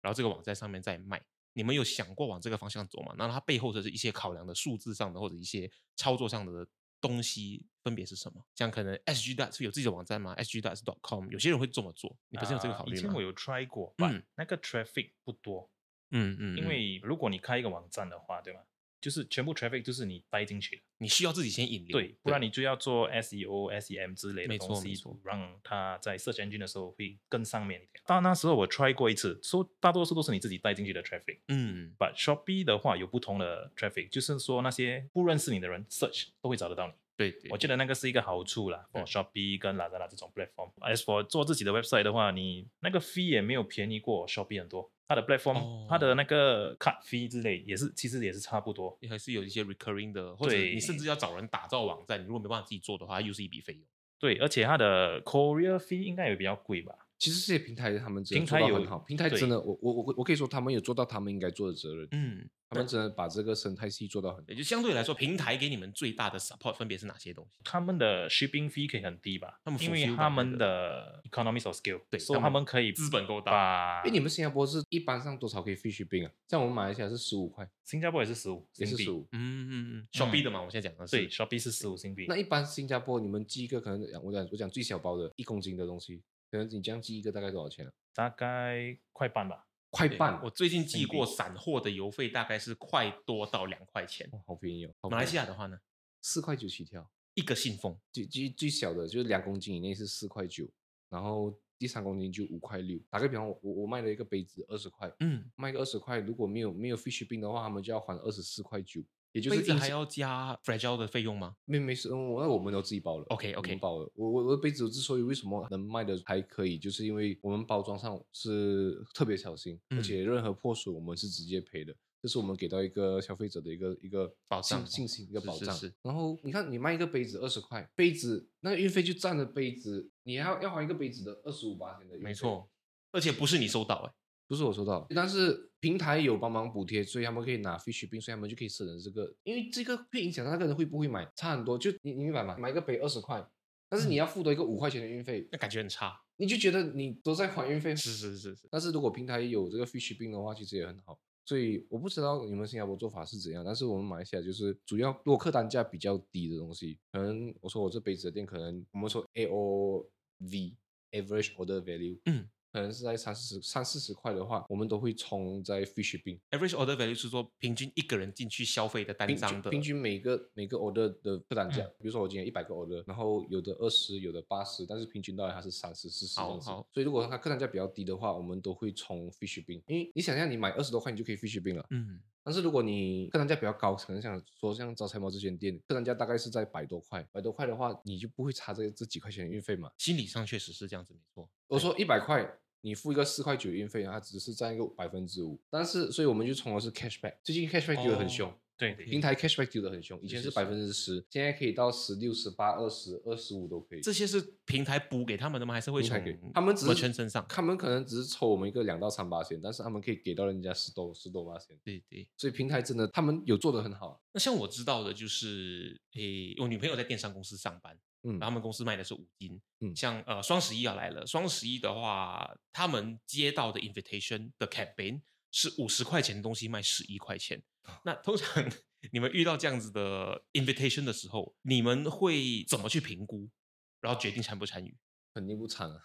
A: 然后这个网站上面再卖。你们有想过往这个方向走吗？那它背后的是一些考量的数字上的或者一些操作上的东西分别是什么？像可能 SG d 是有自己的网站吗？SG d dot com 有些人会这么做，你本身有这个
B: 啊
A: 考
B: 以
A: 虑
B: 前
A: 吗
B: 我？有 try 过，
A: 嗯
B: 但、那个 traffic 不多，
A: 嗯嗯，
B: 因
A: 嗯
B: 为如果你开一个网站的话，对吗？就是全部 traffic 就是你带进去的，
A: 你需要自己先引流，
B: 对，不然你就要做 E SEO、SEM 之类
A: 没
B: 的
A: 错
B: 东
A: 没
B: 西
A: 错，
B: 让它在 search engine 的时候会更上面一点。但那时候我 try 过一次，所以大多数都是你自己带进去的 traffic。
A: 嗯
B: But Shopee 的话有不同的 traffic，就是说那些不认识你的人 search 都会找得到你。
A: 对对，
B: 我觉得那个是一个好处啦
A: 嗯
B: ，for Shopee 跟 Lazada 这种 platform。As for 做自己的 website 的话，你那个 fee 也没有便宜过 Shopee 很多，它的 platform、
A: 哦
B: 它的那个 cut fee 之类也是其实也是差不多。
A: 还是有一些 recurring 的，或者
B: 对
A: 你甚至要找人打造网站，你如果没办法自己做的话，又是一笔费用。
B: 对，而且它的 courier fee 应该也比较贵吧？
C: 其实这些平台他们真的
B: 平
C: 做
B: 台
C: 到
B: 有
C: 很好，平台
B: 对
C: 真的，我我我我可以说他们有做到他们应该做的责任，
A: 嗯，
C: 他们真的把这个生态系做到很
A: 也就相对来说，平台给你们最大的 support 分别是哪些东西？
B: 他们的 shipping fee 可以很低吧？
A: 他们
B: 因为
A: fulfill 到
B: 他
A: 那
B: 们
A: 个
B: 的 economies of scale，
A: 对
B: 所以
A: 他
B: 他
A: 们
B: 们可以
A: 资本够大，
B: 把
C: 因为
A: 啊
C: 你们新加坡是一般上多少可以 free shipping 啊？像我们马来西亚是十五块，
B: 新加坡也是十五，
C: 也是十。五。
A: 嗯嗯嗯，Shopee 的嘛，我现在讲的是
B: 对，Shopee 是十五新币
C: 那。一般新加坡你们寄一个可能我讲我讲最小包的一公斤的东西，可能你这样寄一个大概多少钱啊？
B: 大概快半吧。
C: 快
A: 对
C: 半，
A: 我最近寄
B: 新币
A: 过散货的邮费大概是块多到两块钱。
C: 哇好便宜哦！
A: 马来西亚的话呢，
C: 四块九起跳，
A: 一个信封，
C: 最最最小的就是两公斤以内是四块九，然后第三公斤就五块六。打个比方，我我我卖了一个杯子二十块，
A: 嗯，
C: 卖个二十块，如果没有没有 fish 病的话，他们就要还二十四块九，也就
A: 杯
C: 是
A: 子
C: 硬
A: 还
C: 是
A: 要加 fragile 的费用吗？
C: 没没事，嗯我那我们都自己包了。
A: OK，
C: 我们
A: OK
C: 包了。我我我的杯子之所以为什么能卖的还可以，就是因为我们包装上是特别小心，
A: 嗯
C: 而且任何破损我们是直接赔的。这是我们给到一个消费者的一个一个
A: 保
C: 信
A: 障
C: 信心一个
A: 是
C: 保
A: 是
C: 障。
A: 是
C: 然后你看，你卖一个杯子二十块，杯子那个运费就占了杯子，你还要要还一个杯子的二十五八千的。
A: 没，错，而且不是你收到、欸，
C: 不是我收到，但是平台有帮忙补贴，所以他们可以拿 fish 冰，所以他们就可以省了这个，因为这个会影响到那个人会不会买，差很多。就你你明白吗？买一个杯二十块，但是你要付多一个五块钱的运费，
A: 那感觉很差。
C: 你就觉得你都在还运费。
A: 是是是是，
C: 但嗯是如果平台有这个 fish 冰的话，其实也很好。所以我不知道你们新加坡做法是怎样，但是我们马来西亚就是主要如果客单价比较低的东西，可能我说我这杯子的店，可能我们说 A O V average order value，
A: 嗯，
C: 可能是在三四十三四十块的话，我们都会冲在 fish 冰
A: average order value 是说平均一个人进去消费的单
C: 平
A: 张
C: 均
A: 的，嗯
C: 平均每个每个 order 的客单价，比如说我今天一百个 order，然后有的二十，有的八十，但是平均到来它是三十、四十这
A: 好
C: 样子
A: 好。
C: 所以如果它客单价比较低的话，我们都会冲 fish 冰，因为你想象你买二十多块你就可以 fish 冰了，
A: 嗯，
C: 但是如果你客单价比较高，可能像说像招财猫这间店，客单价大概是在百多块，百多块的话，你就不会差这这几块钱的运费嘛。
A: 心理上确实是这样子，没错。
C: 我说一百块，你付一个四块九的运费，它只是占一个百分之五。但是，所以我们就从的是 cashback，最近 cashback 丢的很凶，
A: 哦
B: 对
A: OK
C: 平台 cashback 丢的很凶，以前
A: 是
C: 是
A: 是
C: 百分之十，现在可以到十六、十八、二十、二十五都可以。
A: 这些是平台补给他们的吗？还是会
C: 平台
A: 从
C: 可以，他们只是
A: merchant 身上？
C: 他们可能只是抽我们一个两到三八千，但是他们可以给到人家十多十多八千，
A: 对对。
C: 所以平台真的他们有做的很好，
A: 那像我知道的就是，诶，我女朋友在电商公司上班，
C: 嗯
A: 然后他们公司卖的是五金，
C: 嗯
A: 像呃双十一要来了，双十一的话，他们接到的 invitation 的 campaign 是五十块钱的东西卖十一块钱，那通常你们遇到这样子的 invitation 的时候，你们会怎么去评估，然后决定参不参与？
C: 肯定不惨啊，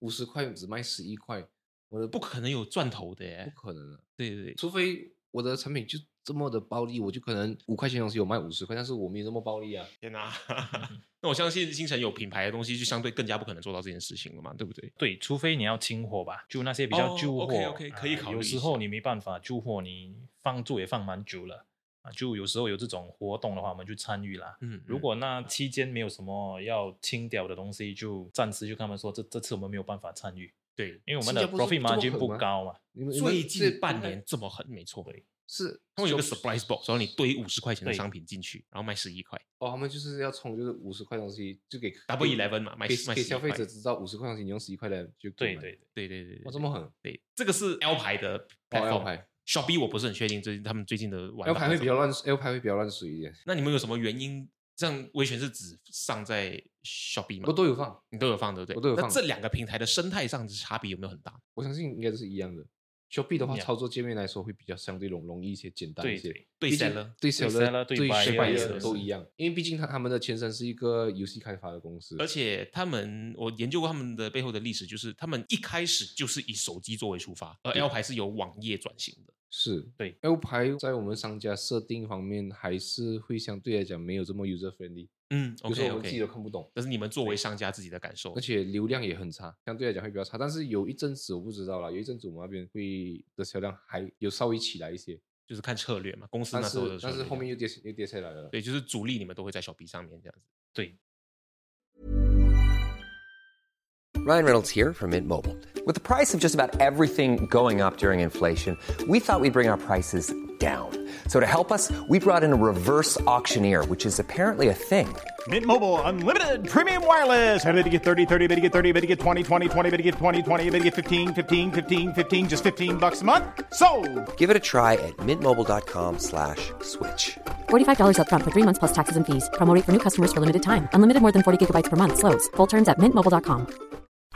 C: 五十块只卖十一块，我的
A: 不可能有赚头的耶
C: 不，可能啊。
A: 对对对，
C: 除非我的产品就这么的暴利，我就可能五块钱的东西我卖五十块，但是我没有这么暴利啊。
A: 天哪、 那我相信星辰有品牌的东西，就相对更加不可能做到这件事情了嘛，对不对？
B: 对，除非你要清货吧，就那些比较
A: 哦
B: 旧货、
A: ，OK，OK，可以
B: 啊
A: 考虑
B: 有
A: 一
B: 时
A: 下
B: 候你没办法旧货，你放住也放蛮久了啊，就有时候有这种活动的话，我们就参与啦。
A: 嗯，
B: 如
A: 嗯
B: 果那期间没有什么要清掉的东西，就暂时就跟他们说，这这次我们没有办法参与，
A: 对
B: 因为我们的
C: 新加坡是
B: profit
C: 这么
B: margin
C: 狠
B: 不
C: 吗
B: 高嘛。
C: 你们你们
A: 最
C: 是
A: 近半年这么狠，没错。
B: 对
C: 是
A: 他们有个
C: 嗯就
A: surprise box，然后你堆五十块钱的
B: 对
A: 商品进去，然后卖十一块
C: 哦，他们就是要冲就是五十块东西就给
A: ，double eleven 嘛，卖
C: 给
A: 卖
C: 给
A: 十
C: 消费者知道五十块东西，你用十一块来就可
B: 对
C: 以买
B: 对，
A: 对
B: 对，
A: 对对对，
C: 哇这么狠，
A: 对，这个是 L 牌的
C: 哦
A: platform，、
C: L 牌
A: Shopee 我不是很确定最近他们最近的玩法
C: L 牌会
A: 是什
C: 比较
A: 么。
C: 乱，L 牌会比较乱水一点，
A: 那你们有什么原因？这样维权是只上在 Shopee
C: 我
A: 吗？
C: 都有放，
A: 你都有放对不对？
C: 我都有
A: 那
C: 放
A: 这两个平台的生态上的差别有没有很大？
C: 我相信应该都是一样的。Shopee 的话，
B: Yeah
C: 操作界面来说会比较相对容容易一些，简单一
B: 对
C: 些。
B: 对
A: 嗯对
C: 毕竟
A: seller
C: 对
B: 对
C: seller、
B: seller，对
C: buyer
A: buyer
C: 的
A: 都
C: 都
A: 是
C: 一样，因为毕竟他他们的前身是一个游戏开发的公司，
A: 而且他们，我研究过他们的背后的历史，就是他们一开始就是以手机作为出发，而 L 牌是由网页转型的。
C: 是
B: 对
C: L 牌在我们商家设定方面还是会相对来讲没有这么 user friendly，
A: 嗯
C: 有时
A: ，OK
C: 候我们自己
A: OK
C: 都。看不懂，
A: 但是你们作为商家自己的感受
C: 而，且流量也很差，相对来讲会比较差。但是有一阵子我不知道啦，有一阵子我们那边会的销量还有稍微起来一些，
A: 就是看策略嘛，公司
C: 但
A: 那时候的
C: 是
A: 策
C: 但
A: 略
C: 是
A: 这
C: 后面
A: 样
C: 又跌又跌下来了。
A: 对，就是主力你们都会在小 B 上面这样子。
B: 对，
D: Ryan Reynolds here from Mint Mobile. With the price of just about everything going up during inflation, we thought we'd bring our prices down. So to help us, we brought in a reverse auctioneer, which is apparently a thing.
E: Mint Mobile unlimited premium wireless. Ready to get 30, 30, bet you get 30, bet you get 20, 20, 20, bet you get 20, 20, bet you get 15, 15, 15, 15 just 15 bucks a month. So,
D: Give it a try at mintmobile.com slash switch.
F: $45 upfront for three months plus taxes and fees. Promo rate for new customers for limited time. Unlimited more than 40 gigabytes per month. Slows. Full terms at mintmobile.com.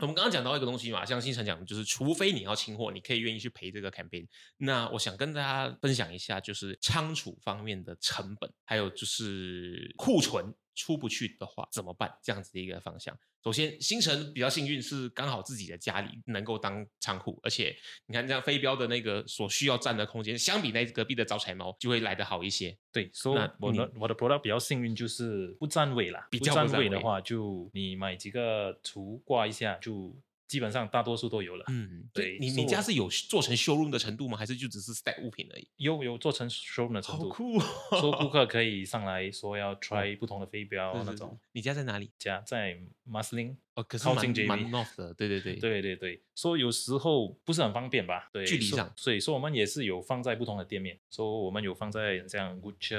A: 我们刚刚讲到一个东西嘛，像新晨讲的，就是除非你要清货，你可以愿意去赔这个 campaign。那我想跟大家分享一下，就是仓储方面的成本，还有就是库存出不去的话怎么办，这样子的一个方向。首先，新城比较幸运是刚好自己的家里能够当仓库，而且你看这样飞镖的那个所需要占的空间，相比那隔壁的招财猫就会来得好一些。
B: 对，所、以
A: 那
B: 我
A: 你
B: 的我的 product 比较幸运，就是不占位啦。
A: 比
B: 不
A: 较不
B: 占
A: 占
B: 位的
A: 位
B: 话，就你买几个图挂一下，就基本上大多数都有了。
A: 嗯，
B: 对
A: 你
B: 所以
A: 你家
B: 我
A: 是有做成修 o 的程度吗？还是就只是 stack 物品而已？
B: 有有做成 showroom 的程
A: 好
B: 度，
A: 酷、哦！嗯
B: 说顾客可以上来 说要 try 不同的飞镖
A: 是
B: 哦
A: 是
B: 那
A: 是
B: 种。
A: 你家在哪里？
B: 加在 Muslim，
A: 哦，可是
B: 靠
A: 蛮
B: 近 JB
A: 蛮 north 的，对对对，
B: 对对对，所以有时候不是很方便吧？对，
A: 距离
B: 所
A: 上
B: 所以说我们也是有放在不同的店面，所以我们有放在像 Gucci，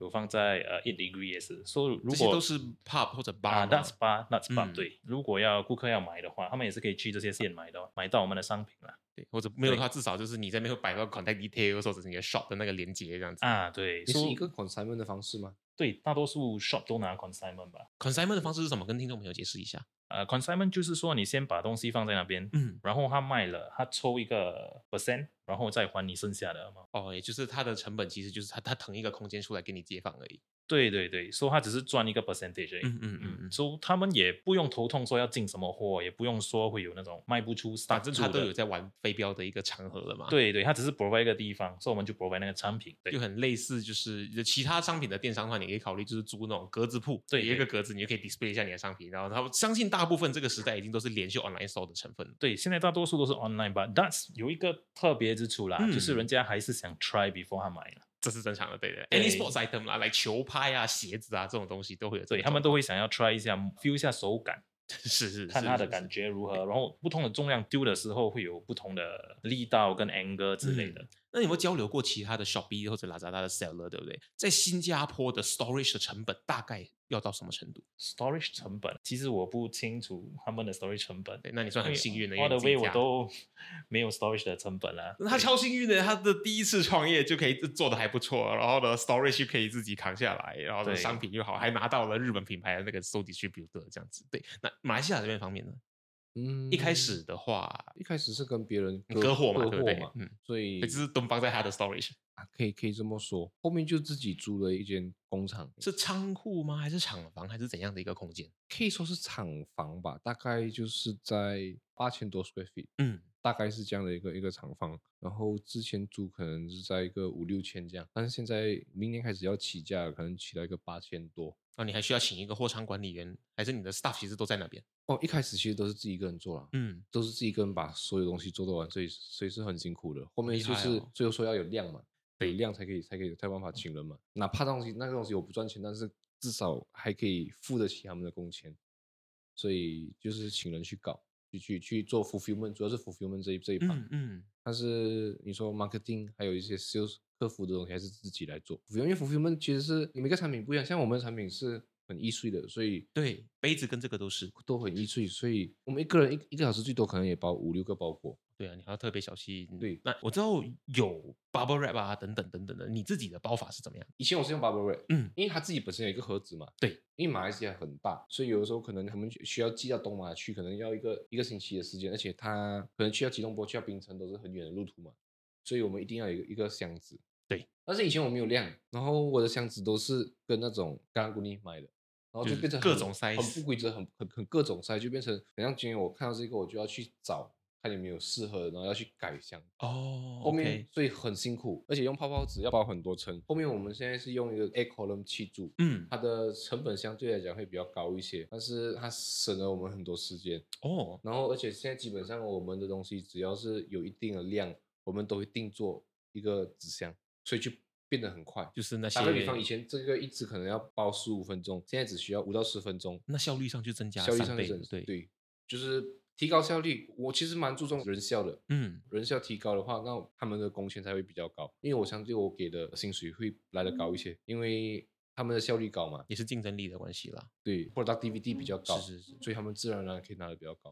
B: 有放在呃 i Degree 也是。所以如
A: 这些
B: 果
A: 都是 pub 或者 bar 嘛
B: 啊，Nuts Bar Nuts Bar，、
A: 嗯
B: 对，如果要顾客要买的话，他们也是可以去这些店买的，哦买到我们的商品啦。
A: 对，或者没有的
B: 对
A: 话，至少就是你在那边会摆到 contact details 或者是你的 shop 的那个连接这样子。
B: 啊，对，
C: 你是
B: 所以
C: 一个 consignment 的方式吗？
B: 对，大多数 shop 都拿 consignment 吧。
A: consignment 的方式是什么？跟听众朋友解释一下。
B: 呃，consignment 就是说你先把东西放在那边，
A: 嗯，
B: 然后他卖了，他抽一个 percent，然后再还你剩下的嘛。
A: 哦，也就是它的成本其实就是它它腾一个空间出来给你解放而已。
B: 对对对，所以他只是赚一个 percentage 而已。
A: 嗯嗯嗯嗯
B: 嗯，所以他们也不用头痛说要进什么货，也不用说会有那种卖不出 stock
A: 反正
B: 住的，
A: 它都有在玩飞镖的一个场合了嘛。。
B: 对对，他只是 provide 一个地方，所以我们就 provide 那个产品。对
A: 就，很类似，就是就其他商品的电商的话，你可以考虑就是租那种格子铺，
B: 对
A: 有一个
B: 对
A: 格子，你就可以 display 一下你的商品。然后，然后相信大部分这个时代已经都是连续 online store 的成分了。
B: 对，现在大多数都是 online，吧。that's 有一个特别之处啦，
A: 嗯
B: 就是人家还是想 try before 他买啦，
A: 这是正常的，对的。
B: 对
A: Any sports item 啦，来球拍啊、鞋子啊这种东西都会有这种状况，
B: 对他们都会想要 try 一下，feel 一下手感，
A: 是是
B: 看他的感
A: 觉。
B: 觉如何，然后不同的重量丢的时候会有不同的力道跟 angle 之类的。
A: 那你有没有交流过其他的 Shopee 或者 Lazada 的 seller，对不对？在新加坡的 storage 的成本大概要到什么程度？
B: storage 成本，其实我不清楚他们的 storage 成本。
A: 对，那你算很幸运的，因为
B: all the
A: 你自己
B: way 哎我
A: 家
B: 都没有 storage 的成本啦。
A: 那他
B: 对
A: 超幸运的，他的第一次创业就可以做的还不错，然后呢，storage 又可以自己扛下来，然后呢，
B: 对
A: 商品又好，还拿到了日本品牌的那个 so distributor 这样子。对，那马来西亚这边方面呢，
C: 嗯，
A: 一开始的话，
C: 一开始是跟别人
A: 割货嘛，
C: 割
A: 对不对
C: 嘛？，
A: 嗯，
C: 所以
A: 对就是东方在他的 storage
C: 啊可以可以这么说，后面就自己租了一间工厂，
A: 是仓库吗？还是厂房？还是怎样的一个空间？
C: 可以说是厂房吧，大概就是在八千多 square feet，
A: 嗯，
C: 大概是这样的一个一个厂房。然后之前租可能是在一个五六千这样，但是现在明年开始要起价，可能起到一个八千多。
A: 啊，你还需要请一个货仓管理员，还是你的 staff 其实都在那边？
C: 哦，一开始其实都是自己一个人做啦，
A: 嗯，
C: 都是自己一个人把所有东西做到完，所以所以是很辛苦的。后面
A: 厉
C: 就
A: 害
C: 是
A: 哦
C: 最后说要有量嘛，有
A: 对嗯
C: 量才可以才可以才有办法请人嘛。哪怕东西那个东西我不赚钱，但是至少还可以付得起他们的工钱，所以就是请人去搞，去去去做 fulfillment，主要是 fulfillment 这一这一趴。
A: 嗯嗯，
C: 但是你说 marketing 还有一些 sales 客服的东西还是自己来做，因为 fulfillment 其实是每个产品不一样，像我们的产品是很易碎的，所以
A: 对，杯子跟这个都是。
C: 都很易碎，所以我们一个人一一个小时最多可能也包五六个包裹。
A: 对啊，你还要特别小心。
C: 对
A: 那我知道有 bubble wrap 啊，等等等等的，你自己的包法是怎么样？
C: 以前我是用 Bubble Wrap，
A: 嗯，
C: 因为它自己本身有一个盒子嘛，
A: 对，
C: 因为马来西亚很大，所以有的时候可能他们需要寄到东马去，可能要一个一个星期的时间，而且它可能去到吉隆坡、去到槟城都是很远的路途嘛，所以我们一定要有一个一个箱子。
A: 对，
C: 但是以前我没有量，然后我的箱子都是跟那种干拉古尼买的，然后就
A: 就是
C: 变成
A: 各
C: 很
A: 种塞
C: 很不规则，很很很各种塞，就变成很像今天我看到这个，我就要去找看有没有适合的，然后要去改这样。
A: 哦
C: 后面所以很辛苦，而且用泡泡纸要包很多层。后面我们现在是用一个 A column 气柱，
A: 嗯，
C: 它的成本相对来讲会比较高一些，但是它省了我们很多时间。
A: 哦，
C: 然后而且现在基本上我们的东西只要是有一定的量，我们都会定做一个纸箱，所以就变得很快。
A: 就是那些
C: 打个比方，以前这个一支可能要包十五分钟，现在只需要五到十分钟，
A: 那效率上就增嗯加
C: 效率
A: 三
C: 上
A: 倍
C: 是很
A: 对
C: 对，就是提高效率。我其实蛮注重人效的，
A: 嗯，
C: 人效提高的话，那他们的工钱才会比较高，因为
B: 嗯
C: 我相对我给的薪水会来的高一些，因为他们的效率高嘛，
A: 也是竞争力的关系啦。
C: 对，productivity
B: 嗯
C: 比较高，
A: 是是是
C: 所以他们自然而然可以拿的比较高。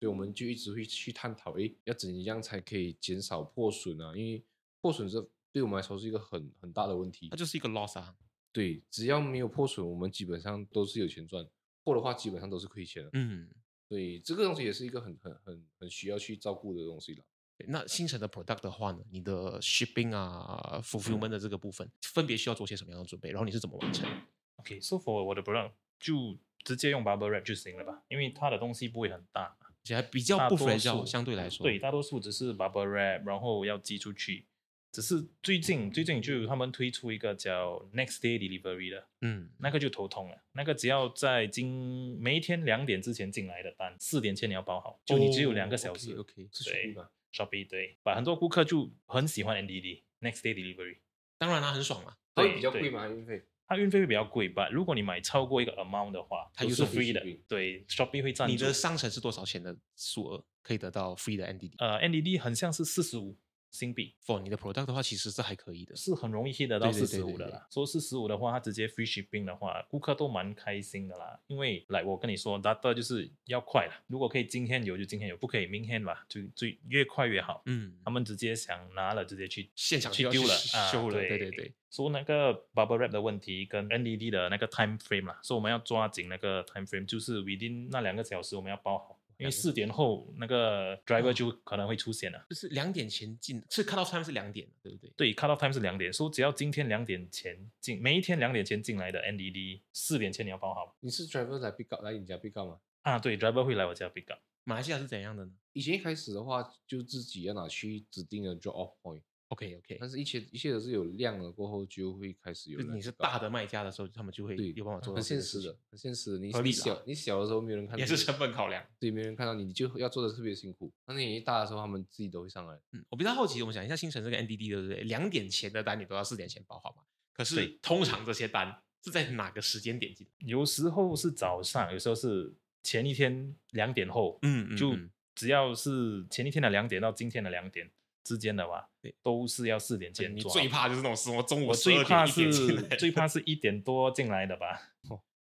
C: 所以我们就一直会去探讨，诶，要怎样才可以减少破损啊？因为破损这对我们来说是一个很很大的问题
A: 它。就是一个 loss 啊，
C: 对，只要没有破损，我们基本上都是有钱赚；破的话，基本上都是亏钱的。
A: 嗯，
C: 所以这个东西也是一个很很很很需要去照顾的东西了。
A: 对那新城的 product 的话呢，你的 shipping 啊、fulfillment 的这个部分，分别需要做些什么样的准备，然后你是怎么完成？
B: OK，so、for 我的 product 就直接用 bubble wrap 就行了吧，因为它的东西不会很大，
A: 而且还比较
B: 大
A: 不
B: 多
A: fragile，
B: 数
A: 相对来说，
B: 对，，大多数只是 bubble wrap，然后要寄出去。只是最近最近就有他们推出一个叫 next day delivery 的，
A: 嗯，
B: 那个就头痛了。那个只要在今每一天两点之前进来的单，四点前你要包好，就你只有两个小时。
A: ，OK，,
C: 是
B: 对
C: 属于吧？
B: Shopee 对，把很多顾客就很喜欢 NDD next day delivery，
A: 当然啦，很爽啊，
C: 它会
B: 对
C: 比较
B: 对
C: 贵吗？运费？
B: 它运费会比较贵吧？如果你买超过一个 amount 的话，
A: 它
B: 都
A: 又
B: 是
A: 是 free
B: free 的
C: shipping。
B: 对，Shopee 会赞助
A: 你的上层是多少钱的数额可以得到 free 的 NDD？
B: 呃 NDD 很像是四十五新币，
A: for 你的 product 的话，其实是还可以的。
B: 是很容易 hit 得到
A: 对对对
B: 四十
A: 对
B: 五的啦。说四十五的话，它直接 free shipping 的话，顾客都蛮开心的啦。因为来，我跟你说，data 就是要快啦。如果可以今天有就今天有，不可以明天吧，就最越快越好。
A: 嗯，
C: 哦
B: 他们直接想拿了，直接去
A: 现场
B: 去
A: 就要
B: 丢了
A: 去
B: 啊
A: 修了，
B: 对
A: 对对对，
B: 说那个 bubble wrap 的问题跟 NDD 的那个 time frame 啦，所以我们要抓紧那个 time frame，就是 within 那两个小时我们要包好，因为四点后那
A: 哦
B: 个 driver 就可能会出现了。
A: 就是两点前进，是 cut off time 是两点，对不对？
B: 对，cut off time 是两点，说只要今天两点前进，每一天两点前进来的 NDD，四点前你要包好
C: 你是 driver 来 pick up 来你家 pick up 吗？
B: 啊。对，driver 会来我家 pick up。
A: 马来西亚是怎样的呢
C: 以前一开始的话，就自己要拿去指定的 drop off point，
A: ？OK OK，
C: 但是一切一切都是有量了过后，就会开始有
A: 就
C: 人
A: 你是
C: pick up
A: 大的卖家的时候，他们就会
C: 对，
A: 有办法做到
C: 很
A: 这
C: 现
A: 件事
C: 实
A: 情
C: 的，，很现实的。你
A: 合
C: 你
A: 理啦
C: 小你小的时候没有人看到
A: 也
C: 你，
A: 是成本考量。
C: 对，没人看到你，你就要做的特别辛苦。那你一大的时候，他们自己都会上来。
A: 嗯，我比较好奇，我们讲一下星辰这个 NDD 对不对？两点前的单你都要四点前包好吗？可是
B: 对
A: 通常这些单是在哪个时间点进？
B: 有时候是早上，有时候是前一天两点后，
A: 嗯
B: 就只要是前一天的两点到今天的两点之间的话
A: 对，
B: 都是要四点前
A: 你
B: 做好。
A: 最怕就是那种什么中午
B: 我
A: 十
B: 最
A: 二
B: 怕
A: 点一点进
B: 是
A: 来，哦
B: 最怕是一点多进来的吧，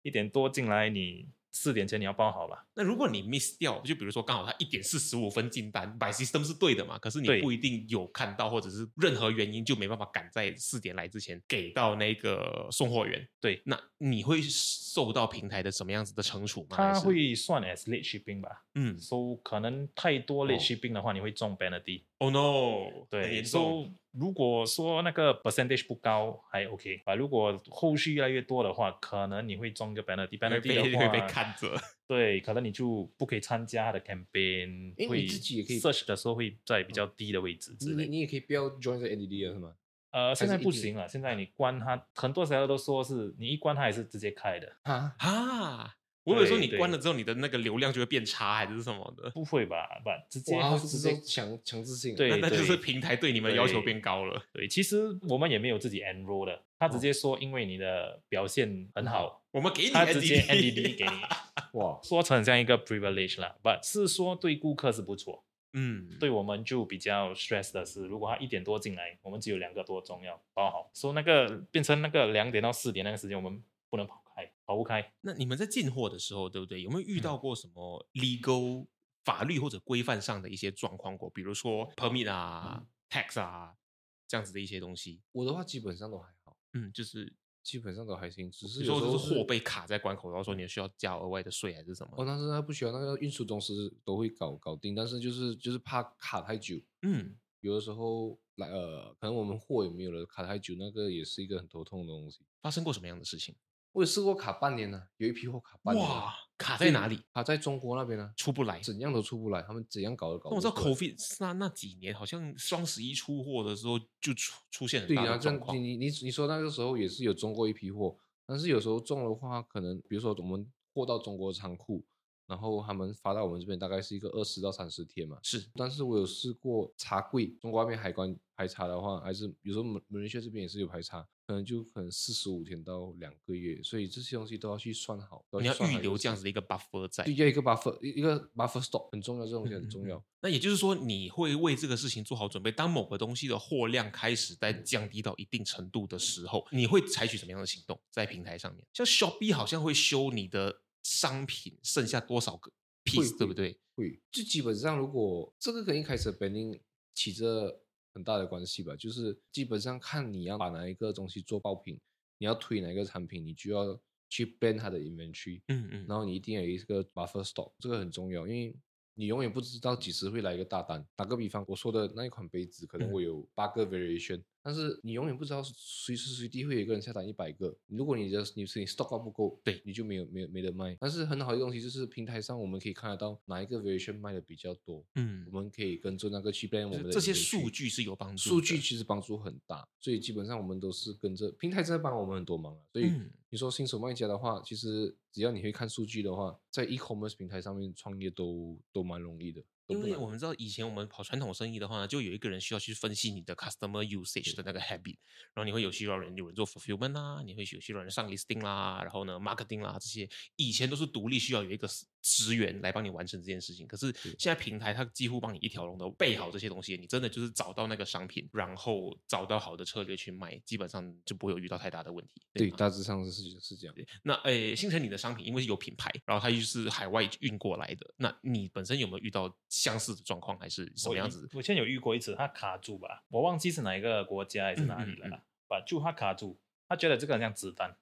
B: 一点多进来你四点前你要包好吧？
A: 那如果你 miss 掉，就比如说刚好他一点四十五分进单，by system 是对的嘛，可是你
B: 对
A: 不一定有看到，或者是任何原因就没办法赶在四点来之前给到那个送货员。
B: 对，
A: 那你会受到平台的什么样子的惩处吗？还
B: 它
A: 是
B: 会算 as late shipping 吧
A: 嗯
B: ，so 可能太多
C: 哦
B: late shipping 的话，你会中 penalty。
A: ，Oh no，很
B: 对
A: 严重
B: ，so 如果说那个 percentage 不高还 OK 啊，如果后续越来越多的话，可能你会中一个 penalty。
A: 会
B: penalty
A: 被
B: 的
A: 会
B: 话，
A: 被看着。
B: 对，可能你就不可以参加他的 campaign，
C: 诶你
B: 会
C: 自己也可以
B: search 的时候会在比较低的位置
C: 你
B: 之
C: 你
B: 类。
C: 你也可以不要 join 在 NDD 了，是吗？
B: 呃，现
C: 还
B: 在
C: 是一
B: 不
C: 定
B: 行了，现在你关它，很多时候都说是你一关它也是直接开的，
C: 啊，
A: 啊！我有时候
B: 对
A: 你
B: 对
A: 关了之后，你的那个流量就会变差，还是什么的？
B: 不会吧？不，直接
C: 哇，
B: 它
C: 这
B: 是
C: 是
B: 直
C: 这
B: 接
C: 种强强制性啊。
A: 那
B: 对
A: 那就是
B: 对
A: 平台对你们的要求
B: 对
A: 变高了。
B: 对，其实我们也没有自己 enroll 的，他直
C: 哦
B: 接说因为你的表现很好，
A: 我们给你
B: 他直 接
A: NDD
B: NDD 给你，
C: 哇，
B: 说成很像一个 privilege 啦，but 是说对顾客是不错，
A: 嗯，
B: 对我们就比较 stress 的是，如果他一点多进来，我们只有两个多钟要包好，所、以那个变成那个两点到四点那个时间，我们不能跑开，跑不开。
A: 那你们在进货的时候，对不对？有没有遇到
C: 嗯
A: 过什么 legal 法律或者规范上的一些状况过？比如说 permit 啊、tax
C: 嗯
A: 啊这样子的一些东西。
C: 我的话基本上都还好，
A: 嗯，就是
C: 基本上都还行，只是
A: 比如
C: 有
A: 说
C: 时
A: 就
C: 候
A: 是货被卡在关口，然后说你需要加额外的税还是什么？
C: 哦，但是他不需要那个运输公司都会搞搞定，但是就是就是怕卡太久，
A: 嗯，
C: 有的时候来呃，可能我们货也没有了，卡太久那个也是一个很头痛的东西。
A: 发生过什么样的事情？
C: 我有试过卡半年呢、有一批货卡半年，
A: 哇，卡在哪里？
C: 卡在中国那边呢、
A: 出不来。
C: 怎样都出不来，他们怎样搞都
A: 那
C: 搞不
A: 我知道
C: 出来
A: COVID 那那几年，好像双十一出货的时候就出出现很
C: 对
A: 大
C: 啊，
A: 的
C: 这
A: 状
C: 样
A: 况
C: 你。你你你说那个时候也是有中过一批货，但是有时候中的话，可能比如说我们货到中国仓库，然后他们发到我们这边大概是一个二十到三十天嘛。
A: 是
C: 但是我有试过查柜，中国那边海关排查的话，还是有时候门门人学这边也是有排查，可能就可能四十五天到两个月，所以这些东西都要去算好，都
A: 你要
C: 去呃算
A: 预
C: 好
A: 留这样
C: 时
A: 子的一个 buffer 在
C: 间，。对，要一个 buffer，一一个 buffer stop 很重要，这种东
A: 嗯
C: 西
A: 嗯
C: 很重
A: 嗯
C: 要。
A: 那也就是说，你会为这个事情做好准备。当某个东西的货量开始在降低到一定程度的时候，你会采取什么样的行动在平台上面？像 Shopee 好像会修你的商品剩下多少个 piece，对不对？
C: 会，就基本上如果这个跟一开始的 banning 起着很大的关系吧，就是基本上看你要把哪一个东西做爆品，你要推哪一个产品，你就要去 ban 它的 inventory，
A: 嗯嗯，
C: 然后你一定要有一个 buffer stock，这个很重要，因为。你永远不知道几时会来一个大单。打个比方，我说的那一款杯子，可
A: 嗯
C: 能我有八个 variation，、但是你永远不知道随时随地会有一个人下单一百个。如果你的你你 stock up 不够，
A: 对
C: 你就没有没有没得卖。但是很好的东西就是平台上我们可以看得到哪一个 variation 卖的比较多，
A: 嗯
C: 我，们可以跟着那个去 plan 我
A: 就是
C: 们的
A: 这些
C: inventory
A: 数据是有帮助的
C: 数据其实帮助很大，所以基本上我们都是跟着平台真的帮我们很多忙了。所以
A: 嗯
C: 你说新手卖家的话，其实只要你会看数据的话，在 e-commerce 平台上面创业都都蛮容易的，都
A: 因
C: 不
A: 为
C: 难
A: 我。们知道以前我们跑传统生意的话呢，就有一个人需要去分析你的 customer usage 的那个 habit，然后你会有需要人有人做 fulfillment 啦，你会有需要人上 listing 啦，然后呢 marketing 啦这些，以前都是独立需要有一个 s- 职员来帮你完成这件事情，可是现在平台它几乎帮你一条龙的备好这些东西，你真的就是找到那个商品，然后找到好的策略去卖，基本上就不会有遇到太大的问题。
C: 对，
A: 吗
C: 大致上是是这样。
A: 那诶，星辰你的商品因为是有品牌，然后它又是海外运过来的，那你本身有没有遇到相似的状况，还是什
B: 我
A: 么样
B: 一
A: 子？
B: 我之前有遇过一次，他卡住吧，我忘记是哪一个国家还是哪里
A: 嗯
B: 了
A: 嗯啊
B: 啦，把、就他卡住，他觉得这个很像子弹，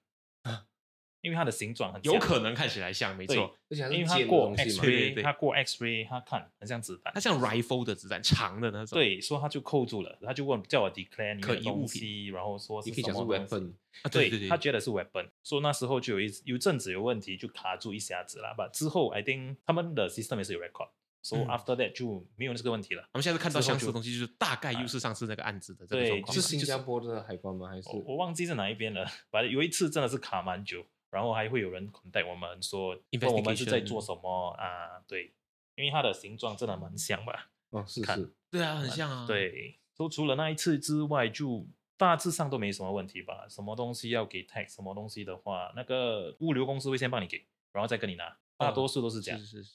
B: 因为它的形状很像
A: 有可能看起来像，没
B: 对
A: 错，
C: 而且还
B: 因为
C: 是
B: 他
C: 尖的
B: 过
C: 东西嘛，
A: 对对
B: X-ray，
A: 对
B: 他过 X-ray，他看很像子弹
A: 它。像 rifle 的子弹，长的那种。，
B: 对，说他就扣住了，他就问叫我 declare 你
A: 可
B: 的
A: 疑物
B: 东
A: 品
B: 西，然后说
C: 你
B: 是
C: 可以
B: 什
C: 讲是
B: 么东西
C: weapon，
A: 啊、对
B: 对
A: 对对，
B: 他觉得是 weapon，所以那时候就有一有一阵子有问题，就卡住一下子啦吧。之后 I think 他们的 system 也是有 record，so
A: 嗯
B: after that 就没有这个问题了。
A: 我们现在看到
B: 之后
A: 相似的
B: 就
A: 东西，就是大概又是上次那个案子的这个
B: 对
A: 状况。
C: 是
B: 就是哦
C: 新加坡的海关吗？还是
B: 我我忘记是哪一边了，反正有一次真的是卡蛮久，然后还会有人 contact 我们说问我们是在做什么啊？对，因为它的形状真的蛮像吧？
C: 哦，是
B: 看
C: 是，
A: 对啊，很像啊。，
B: 对，so 除了那一次之外，就大致上都没什么问题吧。什么东西要给 tax，什么东西的话，那个物流公司会先帮你给，然后再跟你拿，大多数都是这样
A: 哦是。是是。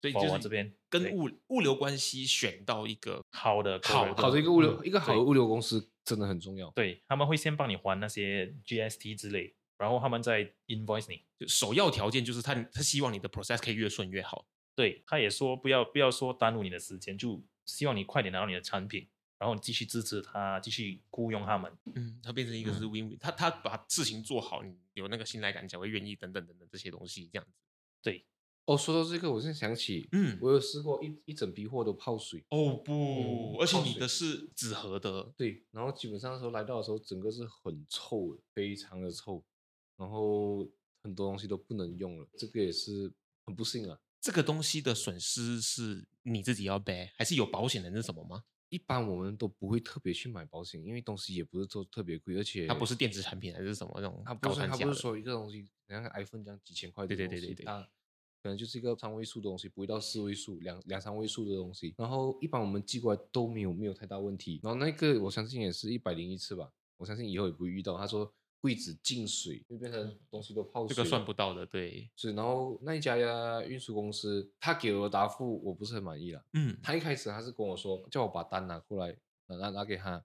A: 所以
B: 法
A: 就
B: 王
A: 是
B: 这边
A: 跟
B: 对
A: 物物流关系选到一个
B: 好的
A: 好
B: 客人
C: 好的一个物流，一个好的
B: 嗯对
C: 物流公司真的很重要。
B: 对，他们会先帮你还那些 GST 之类，然后他们再 invoice 你。
A: 就首要条件，就是他他希望你的 process 可以越顺越好。
B: 对，他也说不要不要说耽误你的时间，就希望你快点拿到你的产品，然后你继续支持他，继续雇佣他们。
A: 嗯，它变成一个是 win win，、他他把事情做好，你有那个信赖感，你才会愿意等等等等这些东西这样子。
B: 对，
C: 哦，说到这个，我现在想起，
A: 嗯
C: 我有试过一一整批货都泡水。
A: 哦不，而且
C: 泡
A: 你
C: 水
A: 的是纸盒的，
C: 对，然后基本上的时候来到的时候，整个是很臭的，非常的臭，然后很多东西都不能用了，这个也是很不幸啊。
A: 这个东西的损失是你自己要背，还是有保险人是什么吗？
C: 一般我们都不会特别去买保险，因为东西也不是做特别贵，而且
A: 它不是电子产品还是什么那种
C: 它不
A: 高
C: 是
A: 单
C: 它
A: 价
C: 不
A: 的
C: 是？说一个东西，像 iPhone 这样几千块的
A: 对对
C: 东
A: 对对
C: 西
A: 对
C: 它可能就是一个三位数的东西，不会到四位数，两两三位数的东西。然后一般我们寄过来都没有没有太大问题。然后那个我相信也是一百零一次吧，我相信以后也不会遇到。他说柜子进水，就变成东西都泡
A: 嗯这
C: 水，
A: 个算不。到的，对，
C: 是，然后那一家呀运输公司，他给我的答复我不是很满意了。
A: 嗯，
C: 他一开始他是跟我说，叫我把单拿过来，拿拿拿给他，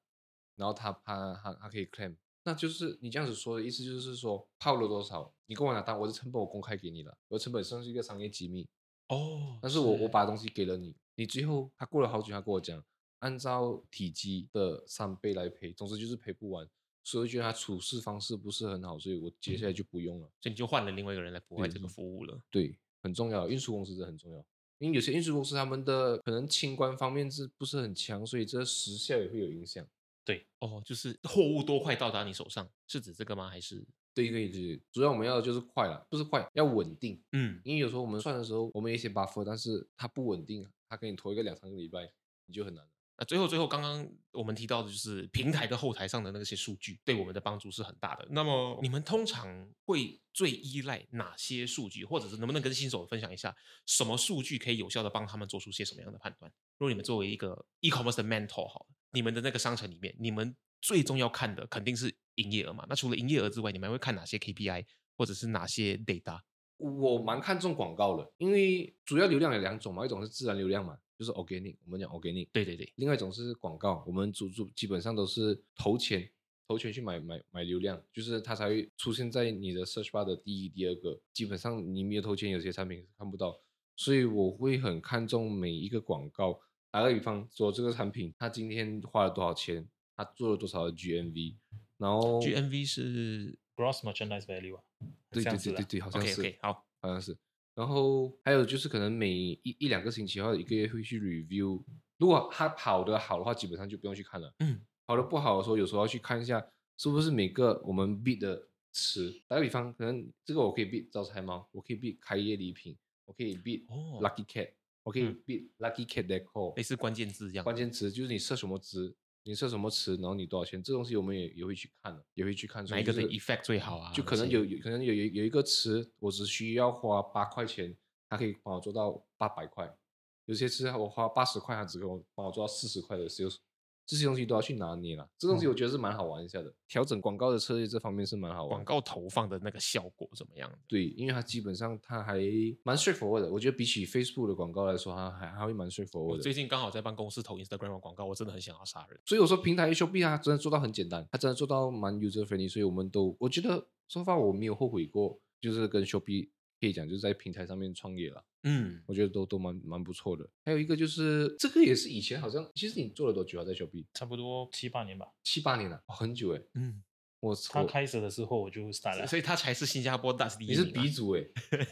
C: 然后他他他他可以 claim，那就是你这样子说的意思就是说泡了多少，你跟我拿单，我的成本我公开给你了，我的成本算是一个商业机密，
A: 哦，
C: 但是我我把东西给了你，你最后他过了好久，他跟我讲，按照体积的三倍来赔，总之就是赔不完，所以我觉得他处事方式不是很好，所以我接下来就不用了。
A: 所以你就换了另外一个人来博爱这个
C: 嗯
A: 服务了。
C: 对，很重要，运输公司真的很重要。因为有些运输公司他们的可能清关方面是不是很强，所以这时效也会有影响。
A: 哦，就是货物多快到达你手上，是指这个吗？还是
C: 对，可以对，主要我们要的就是快了，不是快，要稳定。
A: 嗯，
C: 因为有时候我们算的时候，我们有一些 buffer，但是它不稳定啊，它给你拖一个两三个礼拜，你就很难了。
A: 那最后最后，刚刚我们提到的就是平台跟后台上的那些数据，对我们的帮助是很大的。那么你们通常会最依赖哪些数据，或者是能不能跟新手分享一下，什么数据可以有效的帮他们做出些什么样的判断？如果你们作为一个 e-commerce 的 mentor 好了，你们的那个商城里面，你们最终要看的肯定是营业额嘛？那除了营业额之外，你们还会看哪些 KPI，或者是哪些 data？
C: 我蛮看重广告的，因为主要流量有两种嘛，一种是自然流量嘛，就是 organic，我们讲 organic，
A: 对对对，
C: 另外一种是广告，我们主主基本上都是投钱，投钱去买买买流量，就是它才会出现在你的 search bar 的第一、第二个。基本上你没有投钱，有些产品是看不到，所以我会很看重每一个广告。打个比方说，这个产品它今天花了多少钱，它做了多少的 GMV，然后
A: GMV 是
B: gross merchandise value 啊，这
C: 对对
B: 样子
C: 对
B: 啊
C: 对对，好像
A: OK
C: 是
A: OK 好，
C: 好像是。然后还有就是可能每一一两个星期或者一个月会去 review，如果它跑得好的话，基本上就不用去看了。
A: 嗯，
C: 跑得不好的时候，有时候要去看一下是不是每个我们 bid 的词。打个比方，可能这个我可以 bid 招财猫，我可以 bid 开业礼品，我可以 bid
A: 哦
C: lucky cat，、我可以
A: 嗯
C: bid lucky cat decor，、
A: 类似关键字这样。
C: 关键词就是你设什么词，你设什么词，然后你多少钱，这东西我们也也会去看的，也会去看。所
A: 哪
C: 以
A: 一个
C: 就
A: 的
C: 是
A: effect 最好啊
C: 就可能
A: 这
C: 有有可能有有有一个词，我只需要花八块钱，它可以帮我做到八百块；有些词我花八十块，它只给我帮我做到四十块的 sales。这些东西都要去拿捏了，这东
A: 嗯
C: 西我觉得是蛮好玩一下的。调整广告的策略这方面是蛮好玩
A: 广
C: 的。
A: 告投放的那个效果怎么样的？
C: 对，因为它基本上它还蛮 straightforward 的，我觉得比起 Facebook 的广告来说，它还还会蛮 straightforward
A: 我
C: 的。
A: 最近刚好在办公室投 Instagram 广告，我真的很想要杀人。
C: 所以我说平台 H O B 它真的做到很简单，它真的做到蛮 user friendly，所以我们都我觉得说法我没有后悔过，就是跟 H O B 可以讲就是在平台上面创业了，
A: 嗯，
C: 我觉得都都蛮蛮不错的。还有一个就是这个也是以前好像其实你做了多久啊，在 H O B
B: 差不多七八年吧。
C: 七八年了、哦很久哎，
A: 嗯，
C: 我
B: 他
C: 我
B: 开始的时候我就 start 了，
A: 所以他才是新加坡大第一
C: 你是
A: 名嘛啊
C: 鼻祖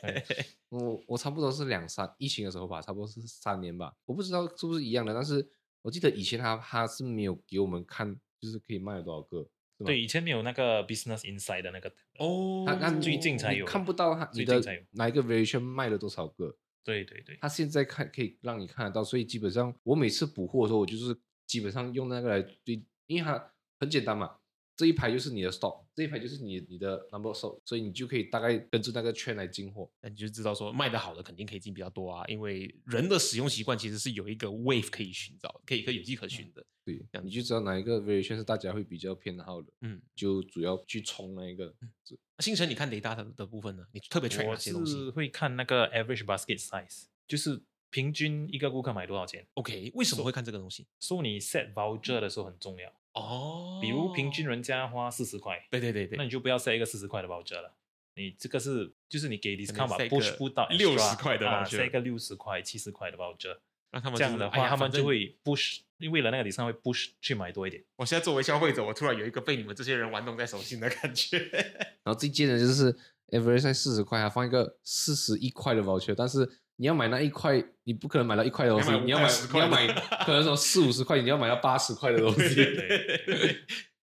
C: 哎， 我我差不多是两三疫情的时候吧，差不多是三年吧，我不知道是不是一样的，但是我记得以前他他是没有给我们看，就是可以卖了多少个。是吗
B: 对，以前没有那个 business inside 的那个，
A: 哦，
C: 他他
B: 最近才
C: 你
B: 有
C: 看不到他
B: 最
C: 你的
B: 近才有
C: 哪一个 variation 卖了多少个，
B: 对对对，
C: 他现在看可以让你看得到，所以基本上我每次补货的时候，我就是基本上用那个来对，因为它很简单嘛，这一排就是你的 stock，这一排就是你你的 number of stock，所以你就可以大概根据那个圈来进货。
A: 那你就知道说卖的好的肯定可以进比较多啊，因为人的使用习惯其实是有一个 wave 可以寻找，可以可以有迹可
B: 嗯
A: 循的。
C: 对
A: 这，样
C: 你就知道哪一个 variation 是大家会比较偏好的，
A: 嗯，
C: 就主要去冲那一个。
A: 那星辰，你看 data 的的部分呢？你特别 track
B: 我
A: 哪些东
B: 是
A: 西
B: 会看那个 average basket size，就是平均一个顾客买多少钱。
A: ？OK，为什么会看这个东西？
B: 所以你 set voucher 的时候很重要，
A: 哦，
B: 比如平均，人家花四十块，
A: 对对对
B: 那
A: 对，
B: 你就不要 set 一个四十块的 voucher 了。你这个是就是你给 discount 吧
A: set 一个
B: ，push 不到
A: 60
B: extra，
A: 块的
B: 啊
A: voucher
B: ，set 一个六十块、七十块的 voucher，
A: 让他们
B: 这样的话他们就。
A: 哎呀反正
B: 会 push，为了那个 discount 会 push 去买多一点。
A: 我现在作为消费者，我突然有一个被你们这些人玩弄在手心的感觉。
C: 然后最贱的就是 average 在四十块，还啊放一个四十一块的 voucher，但是你要买那一块，你不可能买到一块的东西，你
A: 你
C: 要
A: 要买
C: 买你要
A: 50块
C: 买
A: 的
C: 可能说四五十块，你要买到八十块的东 西。
B: 对，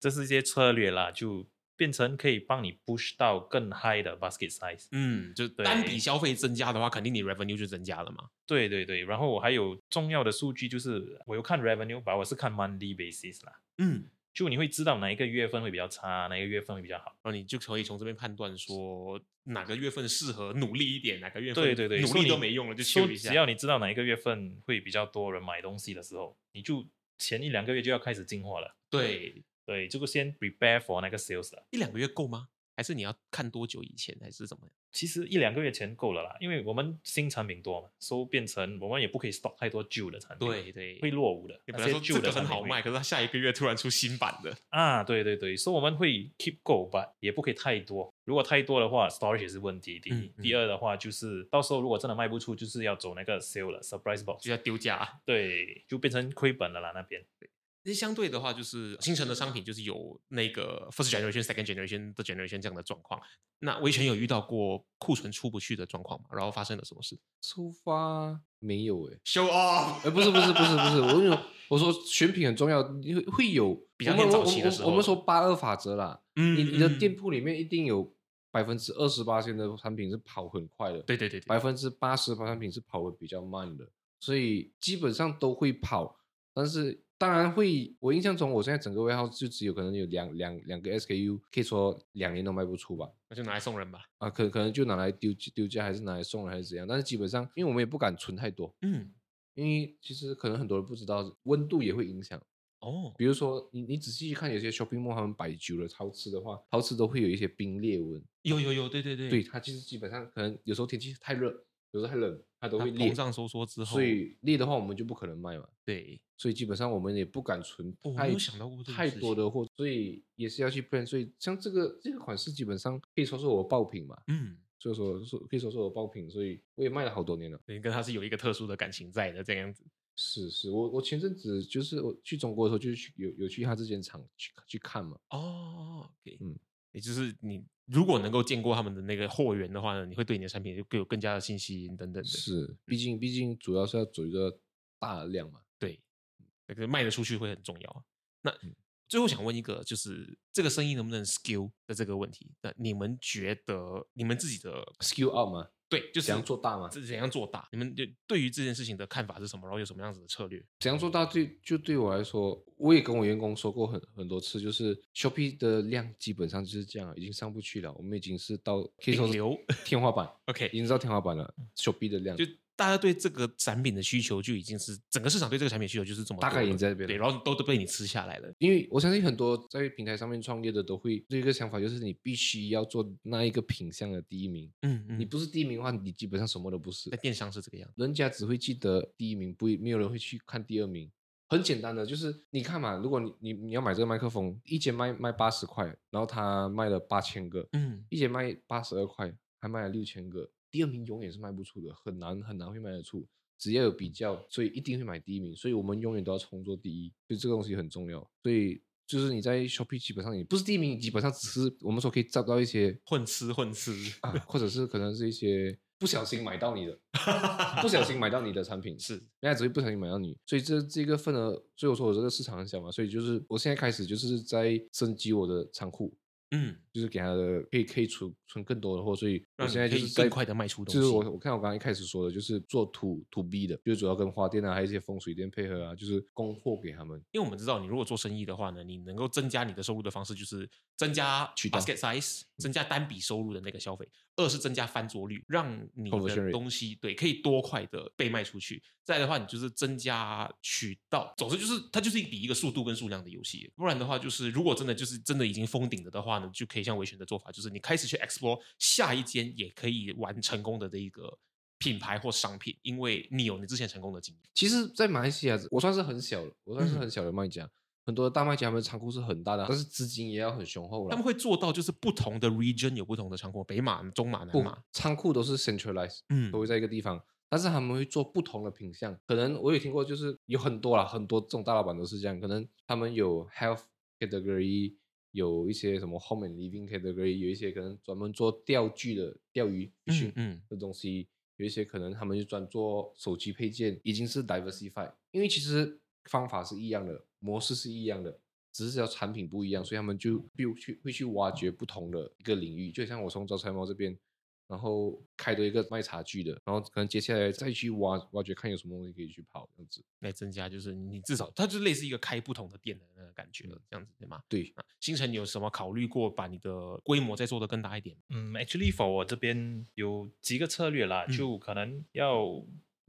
B: 这是一些策略啦，就变成可以帮你 push 到更 high 的 basket size。
A: 嗯，就
B: 对
A: 单笔消费增加的话，肯定你 revenue 就增加了嘛。
B: 对对对，然后我还有重要的数据就是，我有看 revenue 吧，我是看 monthly basis 啦，
A: 嗯，
B: 就你会知道哪一个月份会比较差，哪一个月份会比较好。
A: 然后你就可以从这边判断说哪个月份适合努力一点，哪个月份
B: 对对对，
A: 努
B: 所以
A: 力
B: 你
A: 都没用了，就
B: 所以
A: 休一下。
B: 只要你知道哪一个月份会比较多人买东西的时候，你就前一两个月就要开始进货了。
A: 对
B: 对，这个先 prepare for 那个 sales 了。
A: 一两个月够吗？还是你要看多久以前，还是怎么样？
B: 其实一两个月前够了啦，因为我们新产品多嘛，所以变成我们也不可以 stock 太多旧的产品，
A: 对对，
B: 会落伍的。
A: 你
B: 那
A: 本来
B: 些
A: 说
B: 旧
A: 这
B: 的
A: 个很
B: 产品
A: 好
B: 会
A: 卖，可是它下一个月突然出新版的，
B: 啊，对对对，所以我们会 keep 够吧，也不可以太多。如果太多的话，storage 也是问题。第一，
A: 嗯嗯
B: 第二的话就是到时候如果真的卖不出，就是要走那个 sale 了，surprise
A: 就
B: box，
A: 要丢价、啊。
B: 对，就变成亏本了啦那边。
A: 那相对的话，就是新城的商品就是有那个 first generation、second generation、third generation 这样的状况。那维权有遇到过库存出不去的状况吗？然后发生了什么事
C: 出发没有哎、呃
A: ？Show off！
C: 哎，不是不是不是不是，我有我说选品很重要，你会会有
A: 比较
C: 我们
A: 念
C: 我
A: 早期的时候
C: 我我们说八二法则啦，
A: 嗯
C: 你你的
A: 嗯嗯
C: 店铺里面一定有百分之二十八线的产品是跑很快的，
A: 对对对对，
C: 百分之八十的产品是跑的比较慢的，所以基本上都会跑，但是当然会，我印象中我现在整个 warehouse 就只有可能有两两两个 SKU，可以说两年都卖不出吧。
A: 那就拿来送人吧。
C: 啊，可可能就拿来丢丢家，还是拿来送人，还是怎样？但是基本上，因为我们也不敢存太多，
A: 嗯，
C: 因为其实可能很多人不知道，温度也会影响。
A: 哦，
C: 比如说，你你仔细去看，有些 shopping mall 他们摆久了陶瓷的话，陶瓷都会有一些冰裂纹。
A: 有有有，对对对
C: 对，它其实基本上可能有时候天气太热，有时候太冷，它都
A: 它
C: 会
A: 膨
C: 裂。
A: 胀收缩之后，
C: 所以裂的话，我们就不可能卖嘛。
A: 对，
C: 所以基本上我们也不敢存
A: 哦我没
C: 太、
A: 有想到过这个
C: 太
A: 事
C: 多
A: 情
C: 的货，所以也是要去 plan。所以像这个这个款式，基本上可以说是我的爆品嘛。
A: 嗯，
C: 所以说说可以说是我爆品，所以我也卖了好多年了。
A: 你跟他是有一个特殊的感情在的，这样子。
C: 是是，我我前阵子就是我去中国的时候，就是去有有去他这间厂去去看嘛。
A: 哦，OK，
C: 嗯，
A: 也就是你如果能够见过他们的那个货源的话呢，你会对你的产品就更有更加的信心等等的。嗯
C: 是，毕竟毕竟主要是要走一个大的量嘛。
A: 对，那个卖得出去会很重要。那最后想问一个，就是这个生意能不能 skill 的这个问题，那你们觉得你们自己的
C: Skill out 嘛，
A: 对，就是
C: 怎样做大嘛？
A: 这怎样做大？你们就对于这件事情的看法是什么？然后有什么样子的策略？
C: 怎样做大对就对我来说，我也跟我员工说过很很多次，就是 Shopee 的量基本上就是这样，已经上不去了。我们已经是到可以说
A: 顶
C: 是
A: 流
C: 天花板，
A: OK，
C: 已经到天花板了。Shopee 的量
A: 就大家对这个产品的需求就已经是整个市场对这个产品需求就是这么
C: 大概
A: 多
C: 已
A: 了
C: 经在这边
A: 对，
C: 了
A: 然后都都被你吃下来了。
C: 因为我相信很多在平台上面创业的都会有一个想法，就是你必须要做那一个品相的第一名。
A: 嗯
C: 你
A: 嗯，
C: 不是第一名的话，你基本上什么都不是
A: 在。电商是这个样子。
C: 人家只会记得第一名，不会没有人会去看第二名。很简单的，就是你看嘛，如果你你你要买这个麦克风，一节卖卖八十块，然后他卖了八千个，
A: 嗯，
C: 一节卖八十二块，还卖了六千个，第二名永远是卖不出的，很难很难会卖得出。只要有比较，所以一定会买第一名，所以我们永远都要冲做第一，所以这个东西很重要。所以就是你在 Shopee 基本上你不是第一名，你基本上只是我们说可以找到一些
A: 混吃混吃。
C: 啊，或者是可能是一些不小心买到你的， 不小心买到你的产品，
A: 是
C: 人家只会不小心买到你，所以这这个份额，所以我说我这个市场很小嘛，所以就是我现在开始就是在升级我的仓库，
A: 嗯，
C: 就是给他的可以可以存存更多的货，所以我
A: 让
C: 现
A: 你
C: 在就
A: 可以
C: 是在
A: 更快地卖出东
C: 就是
A: 西
C: 我我看我刚刚一开始说的，就是做 to to B 的，就是主要跟花店啊，还有一些风水店配合啊，就是供货给他们。
A: 因为我们知道，你如果做生意的话呢，你能够增加你的收入的方式就是增加
C: 渠道
A: basket size，增加单笔收入的那个消费；二是增加翻桌率，让你
C: Conversion
A: 的
C: rate
A: 东西对可以多快的被卖出去。再来的话，你就是增加渠道。总之就是它就是比一个速度跟数量的游戏。不然的话，就是如果真的就是真的已经封顶了的话呢，就可以像维权的做法，就是你开始去 explore 下一间也可以玩成功的这一个品牌或商品，因为你有你之前成功的经验。
C: 其实，在马来西亚，我算是很小了，我算是
A: 嗯
C: 很小的卖家。很多大卖家，他们仓库是很大的，但是资金也要很雄厚了。
A: 他们会做到就是不同的 region 有不同的仓库，北马、中马、南
C: 不
A: 马，，
C: 嗯仓库都是 centralized，
A: 嗯
C: 都会在一个地方，但是他们会做不同的品项。可能我有听过，就是有很多啦，很多这种大老板都是这样。可能他们有 health category，有一些什么 home and living category，有一些可能专门做钓具的钓鱼 fishing
A: 嗯嗯
C: 的东西，有一些可能他们就专做手机配件，已经是 diversify。因为其实方法是一样的，模式是一样的，只是要产品不一样，所以他们就就去会去挖掘不同的一个领域。就像我从招财猫这边，然后开多一个卖茶具的，然后可能接下来再去挖挖掘看有什么东西可以去跑这样子。
A: 来增加就是你至少它就类似一个开不同的店的那个感觉
B: 嗯
A: 了，这样子对吗？
C: 对，
A: 啊，星辰有什么考虑过把你的规模再做得更大一点吗？
B: 嗯，actually for 我这边有几个策略啦，
A: 嗯
B: 就可能要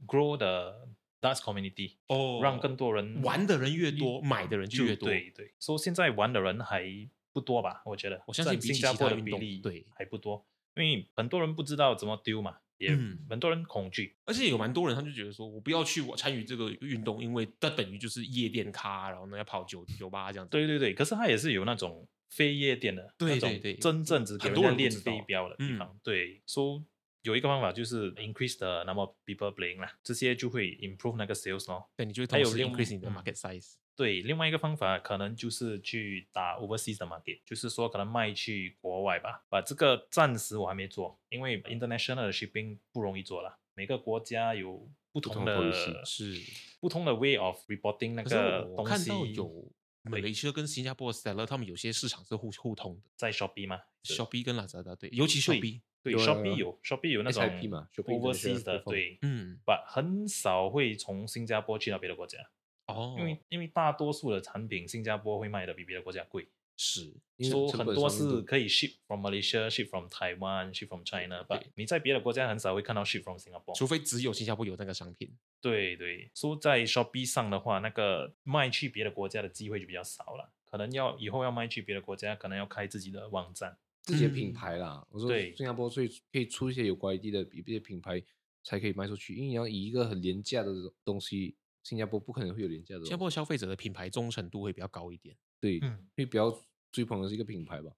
B: grow 的 dance community，、
A: 哦
B: 让更多人
A: 玩的人越多，买的人就越多。
B: 对对，所、以现在玩的人还不多吧？我觉得，
A: 我相信
B: 占
A: 比起
B: 新加
A: 其
B: 坡
A: 他
B: 的
A: 运
B: 比
A: 动
B: 例
A: 对
B: 还不多，因为很多人不知道怎么丢嘛，也、
A: 嗯
B: 很多人恐惧。
A: 而且有蛮多人他就觉得说，我不要去我参与这个运动，因为它等于就是夜店咖，然后呢要跑酒酒吧这样子。
B: 对对对，可是它也是有那种非夜店的，
A: 对
B: 那
A: 对
B: 种
A: 对
B: 真正只给
A: 很
B: 人
A: 多
B: 家
A: 人不
B: 练
A: 知道
B: 飞镖的地
A: 嗯
B: 方。对，so 有一个方法就是 increase the number of people playing 啦，这些就会 improve 那个 sales 咯。
A: 对，你就会
B: 还
A: 同
B: 有
A: 时
B: 另
A: increase 你的
B: 嗯
A: market size。
B: 对，另外一个方法可能就是去打 overseas 的 market，就是说可能卖去国外吧。把这个暂时我还没做，因为 international 的 shipping 不容易做啦，每个国家有不同
C: 同的
B: 的
C: policy
A: 是
B: 不同的 way of reporting 那
A: 可是
B: 个
A: 我
B: 东
A: 看
B: 西。
A: 到有马来西亚跟新加坡的 seller，他们有些市场是互互通的
B: 在 Shopee 吗对
A: ，Shopee 跟 Lazada 对，尤其 Shopee，
B: 对
C: 有啊
B: Shopee
C: 有
B: 有 Shopee 有那种
C: SIP 嘛，Shopee International
B: overseas 的
C: Platform
B: 对，
A: 嗯，
B: but 很少会从新加坡去到别的国家，
A: 哦，
B: 因为因为大多数的产品新加坡会卖的比别的国家贵，
A: 是
C: 因
B: 所
C: 为
B: 以
C: 成
B: 很
C: 本
B: 多
C: 上面
B: 是
C: 都
B: 可以 ship from Malaysia、ship from Taiwan、ship from China，but 你在别的国家很少会看到 ship from 新加坡。
A: 除非只有新加坡有那个商品，
B: 对对，所以在 Shopee 上的话，那个卖去别的国家的机会就比较少了，可能要以后要卖去别的国家，可能要开自己的网站。
C: 自己的
A: 嗯
C: 品牌啦。我说
B: 对
C: 新加坡所以可以出一些有关地的一些品牌才可以卖出去，因为你要以一个很廉价的东西，新加坡不可能会有廉价的东西。
A: 新加坡消费者的品牌忠诚度会比较高一点。
C: 对，因
B: 嗯，
C: 为比较追捧的是一个品牌吧。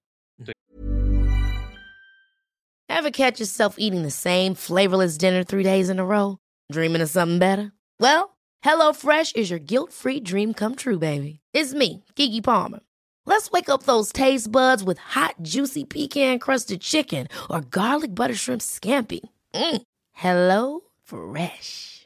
G: Ever catch yourself eating the same flavorless dinner three days in a row? Dreaming of something better? Well, HelloFresh is your guilt free dream come true, baby. It's me, Kiki Palmer. Let's wake up those taste buds with hot, juicy pecan crusted chicken or garlic butter shrimp scampi. Mm. Hello Fresh.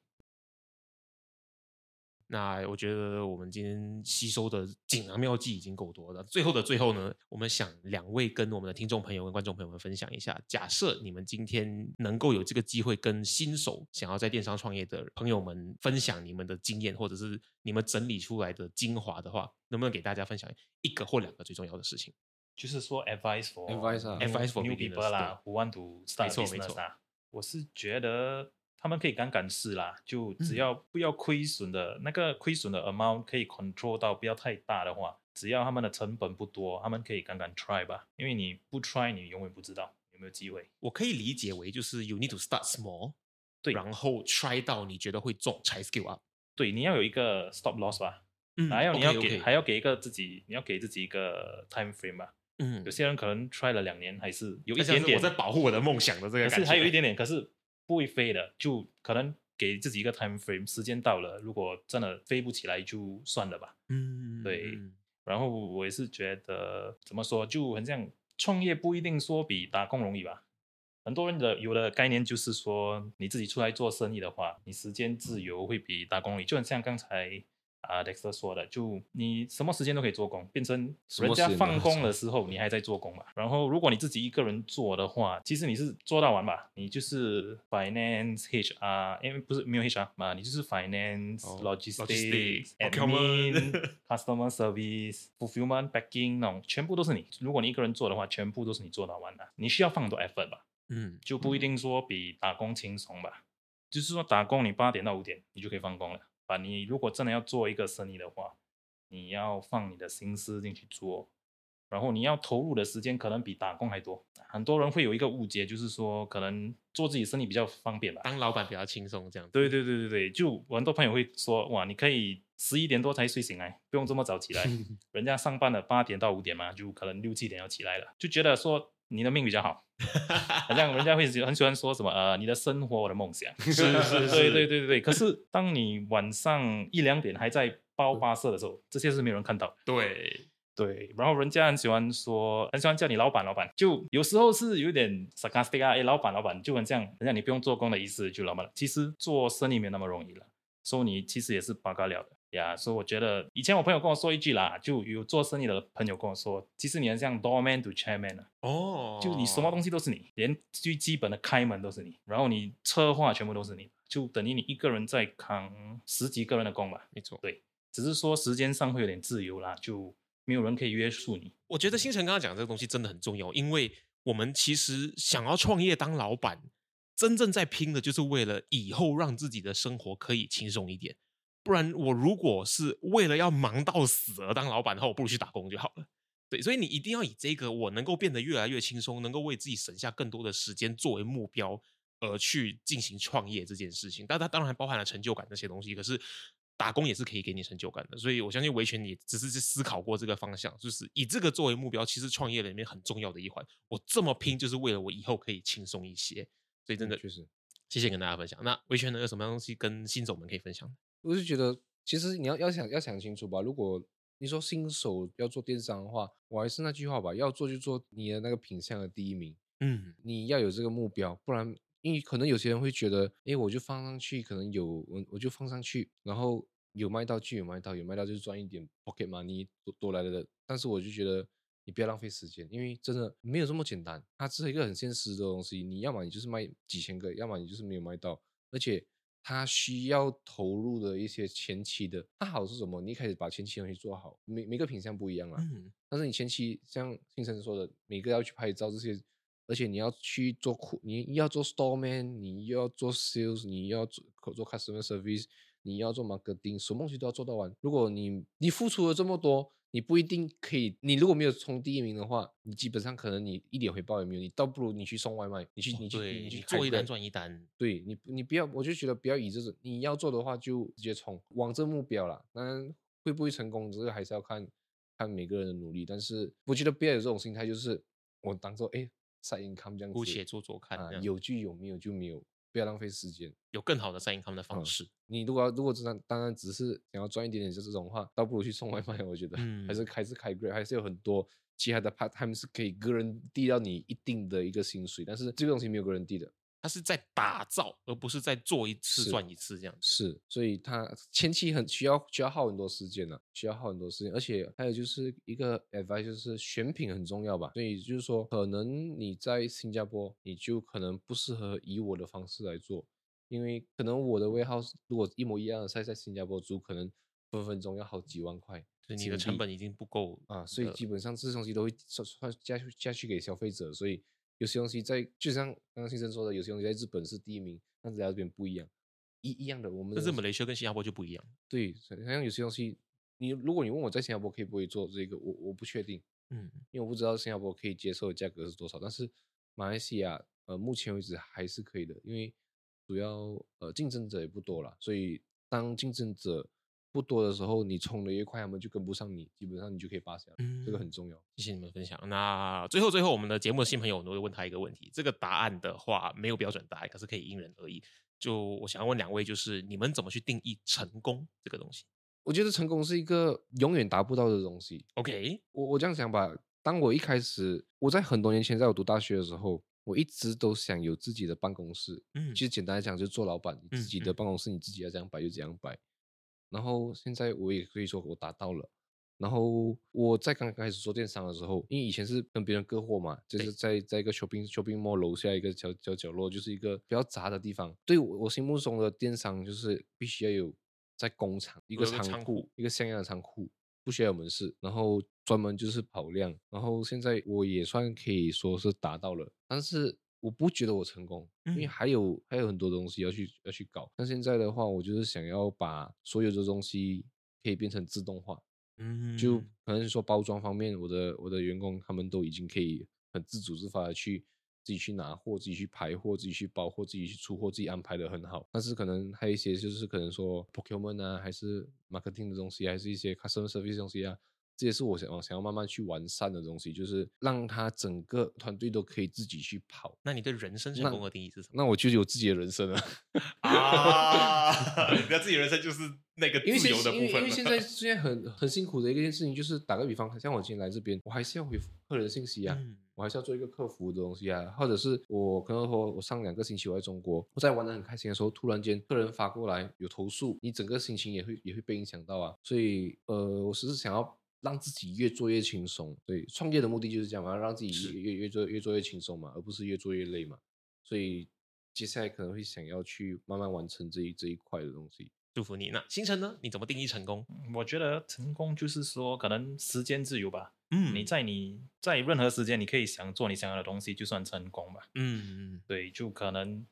A: 那我觉得我们今天吸收的锦囊妙计已经够多了。最后的最后呢，我们想两位跟我们的听众朋友跟观众朋友们分享一下，假设你们今天能够有这个机会跟新手想要在电商创业的朋友们分享你们的经验，或者是你们整理出来的精华的话，能不能给大家分享一个或两个最重要的事情？
B: 就是说 advice for
C: Advice 啊
B: new-
A: Advice for
B: new
A: beginners，
B: people 啦，who want to start
A: 没
B: a
A: 错没
B: business
A: 错
B: 啦。我是觉得他们可以敢敢试啦，就
A: 嗯
B: 只要不要亏损的、那个亏损的 amount 可以 control 到不要太大的话，只要他们的成本不多，他们可以敢敢 try 吧，因为你不 try 你永远不知道有没有机会。
A: 我可以理解为就是 you need to start small，
B: 对
A: 然后 try 到你觉得会中才 skill up，
B: 对，你要有一个 stop loss 吧，
A: 嗯
B: 还有你要给
A: OK，OK
B: 还要给一个自己，你要给自己一个 time frame 吧。
A: 嗯
B: 有，些人可能 try 了两年，还是有一
A: 那像
B: 点
A: 是
B: 点
A: 我在保护我的梦想的这个
B: 可
A: 感
B: 是
A: 觉，
B: 还有一点点，可是不会飞的，就可能给自己一个 time frame，时间到了，如果真的飞不起来就算了吧。
A: 嗯，嗯，
B: 对
A: 嗯
B: 然后我也是觉得怎么说，就很像创业不一定说比打工容易吧。很多人的有的概念就是说，你自己出来做生意的话，你时间
C: 嗯
B: 自由会比打工容易。就很像刚才啊 Dexter 说的，就你什么时间都可以做工，变成
C: 什
B: 人
C: 么
B: 家
C: 时间都可
B: 放
C: 以
B: 工
C: 做
B: 的时候你还在做工嘛。然后如果你自己一个人做的话，其实你是做到完吧，你就是 finance HR，因为不是没有 HR 嘛，你就是 finance、
A: 哦
B: logistics
A: logistics，
B: admin
A: procurement
B: customer service、fulfillment、packing 那种，全部都是你。如果你一个人做的话，全部都是你做到完的。你需要放很多 effort 吧，
A: 嗯，
B: 就不一定说比打工轻松吧。就是说打工你八点到五点你就可以放工了，把你如果真的要做一个生意的话，你要放你的心思进去做，然后你要投入的时间可能比打工还多。很多人会有一个误解，就是说可能做自己生意比较方便吧。
A: 当老板比较轻松这样子。
B: 对对对对对，就我很多朋友会说，哇，你可以十一点多才睡醒来，不用这么早起来。人家上班的八点到五点嘛，就可能六七点要起来了，就觉得说你的命比较好，好像人家会喜很喜欢说什么呃，你的生活我的梦想， 是是对对对对对。可是当你晚上一两点还在包巴色的时候，这些是没有人看到的。
A: 对，
B: 对，然后人家很喜欢说，很喜欢叫你老板，老板，就有时候是有点 sarcastic 啊，哎，老板，老板，就很像，很像你不用做工的意思，就老板了。其实做生意没那么容易了，所以你其实也是八嘎了的呀。所以我觉得，以前我朋友跟我说一句啦，就有做生意的朋友跟我说，其实你很像 doorman to chairman 啊，
A: 哦，
B: 就你什么东西都是你，连最基本的开门都是你，然后你策划全部都是你，就等于你一个人在扛十几个人的工吧。
A: 没错。
B: 只是说时间上会有点自由啦，就没有人可以约束你。
A: 我觉得星辰刚刚讲这个东西真的很重要，因为我们其实想要创业当老板，真正在拼的就是为了以后让自己的生活可以轻松一点。不然，我如果是为了要忙到死而当老板的话，我不如去打工就好了。对，所以你一定要以这个我能够变得越来越轻松，能够为自己省下更多的时间作为目标，而去进行创业这件事情。但它当然包含了成就感这些东西，可是打工也是可以给你成就感的。所以我相信维权也只是思考过这个方向，就是以这个作为目标，其实创业里面很重要的一环。我这么拼就是为了我以后可以轻松一些。所以真的
C: 嗯确实，
A: 谢谢跟大家分享。那维权能有什么东西跟新手们可以分享的？
C: 我就觉得，其实你要要想要想清楚吧。如果你说新手要做电商的话，我还是那句话吧，要做就做你的那个品相的第一名，
A: 嗯，
C: 你要有这个目标，不然因为可能有些人会觉得，诶，我就放上去，可能有我我就放上去，然后有卖到就有卖到，有卖到就赚一点 pocket money 多多来的。但是我就觉得你不要浪费时间，因为真的没有这么简单，它是一个很现实的东西。你要么你就是卖几千个，要么你就是没有卖到，而且。它需要投入的一些前期的，它好是什么？你一开始把前期东西做好，每每个品相不一样啦。
A: 嗯
C: 但是你前期像新生说的，每个要去拍照这些，而且你要去做库，你要做 store man，你又要做 sales，你又要做做 customer service，你要做 marketing，什么东西都要做到完。如果你你付出了这么多，你不一定可以。你如果没有冲第一名的话，你基本上可能你一点回报也没有。你倒不如你去送外卖，你去你去
A: 哦对，
C: 你去
A: 你
C: 开
A: 做一单
C: Grab
A: 赚一单，
C: 对你不，你不要，我就觉得不要以这种，你要做的话就直接冲，往这目标啦。当然会不会成功，这个还是要看看每个人的努力。但是我觉得不要有这种心态，就是我当做哎 side income 这样子，
A: 姑且做做看。
C: 啊
A: 这，样
C: 有就有，没有就没有，不要浪费时间。
A: 有更好的 sign income 的方
C: 嗯
A: 式，
C: 你如果要如果真的当然只是想要赚一点点就这种话，倒不如去送外卖。我觉得、还
A: 嗯
C: 是还是开 g r a 还是有很多其他的 part time 是可以个人递到你一定的一个薪水，但是这个东西没有个人递的。
A: 它是在打造，而不是在做一次
C: 是
A: 赚一次这样子。
C: 是，所以它前期很需要需要耗很多时间呢、啊需要耗很多时间，而且还有就是一个 advice 就是选品很重要吧，所以就是说，可能你在新加坡，你就可能不适合以我的方式来做，因为可能我的 warehouse 如果一模一样的 size 在新加坡租，可能分分钟要好几万块
A: 所以你的
C: 金
A: 成
C: 币
A: 本已经不够
C: 啊，所以
A: 的
C: 基本上这些东西都会算算加去加去给消费者，所以有些东西在就像刚刚先生说的，有些东西在日本是第一名，但是来这边不一样。一一样的，我们
A: 但
C: 的
A: 是
C: 东西
A: 马来西亚跟新加坡就不一样。
C: 对，所以好像有些东西，你如果你问我在新加坡可以不可以做这个，我我不确定，
A: 嗯，
C: 因为我不知道新加坡可以接受的价格是多少。但是马来西亚，呃，目前为止还是可以的，因为主要呃竞争者也不多啦，所以当竞争者不多的时候，你冲的越快，他们就跟不上你，基本上你就可以扒下来，这
A: 嗯
C: 个很重要。
A: 谢谢你们分享。那最后最后，我们的节目的新朋友，我都会问他一个问题。这个答案的话没有标准答案，可是可以因人而异。就我想要问两位，就是你们怎么去定义成功这个东西
C: 我觉得成功是一个永远达不到的东西，
A: ？OK，
C: 我我这样想吧，当我一开始，我在很多年前，在我读大学的时候，我一直都想有自己的办公室。
A: 嗯
C: 其实简单来讲，就是做老板，你自
A: 嗯
C: 己的
A: 嗯
C: 办公室你自己要怎样摆就怎样摆。然后现在我也可以说我达到了。然后我在刚刚开始做电商的时候，因为以前是跟别人割货嘛，就
A: 对
C: 是在在一个 shopping shopping mall 楼下一个角角角落，就是一个比较杂的地方。对我我心目中的电商就是必须要有在工厂一
A: 有
C: 个
A: 一个仓
C: 仓
A: 库
C: 库，一个像样的仓库，不需要有门市，然后专门就是跑量，然后现在我也算可以说是达到了，但是我不觉得我成功，因为
A: 嗯
C: 还有还有很多东西要去要去搞。那现在的话，我就是想要把所有的东西可以变成自动化，
A: 嗯
C: 就可能说包装方面，我的我的员工他们都已经可以很自主自发的去自己去拿货、自己去排货、自己去包货、自己去出货、自己安排的很好。但是可能还有一些就是可能说 procurement 啊，还是 marketing 的东西，还是一些 customer service 的东西啊，这也是我想我想要慢慢去完善的东西，就是让他整个团队都可以自己去跑。
A: 那你对人生成
C: 那
A: 功的定义是什么？
C: 那我就有自己的人生了。
A: 啊， 你的自己人生就是那个
C: 因为
A: 自
C: 现
A: 由的
C: 因为
A: 部分
C: 因为现在
A: 了
C: 现在很很辛苦的一件事情，就是打个比方，像我今天来这边，我还是要回复客人信息啊，
A: 嗯
C: 我还是要做一个客服的东西啊，或者是我可能说我上两个星期我在中国，我在玩的很开心的时候，突然间客人发过来有投诉，你整个心情也会也会被影响到啊，所以呃，我只是想要。让自己越做越轻松，对，创业的目的就是这样嘛，让自己
A: 是
C: 越越越做越做越轻松嘛，而不是越做越累嘛。所以接下来可能会想要去慢慢完成这一这一块的东西。
A: 祝福你。那星辰呢？你怎么定义成功？
B: 嗯我觉得成功就是说，可能时间自由吧。
A: 嗯
B: 你在你在任何时间，你可以想做你想要的东西，就算成功吧。
A: 嗯嗯
B: 对，就可能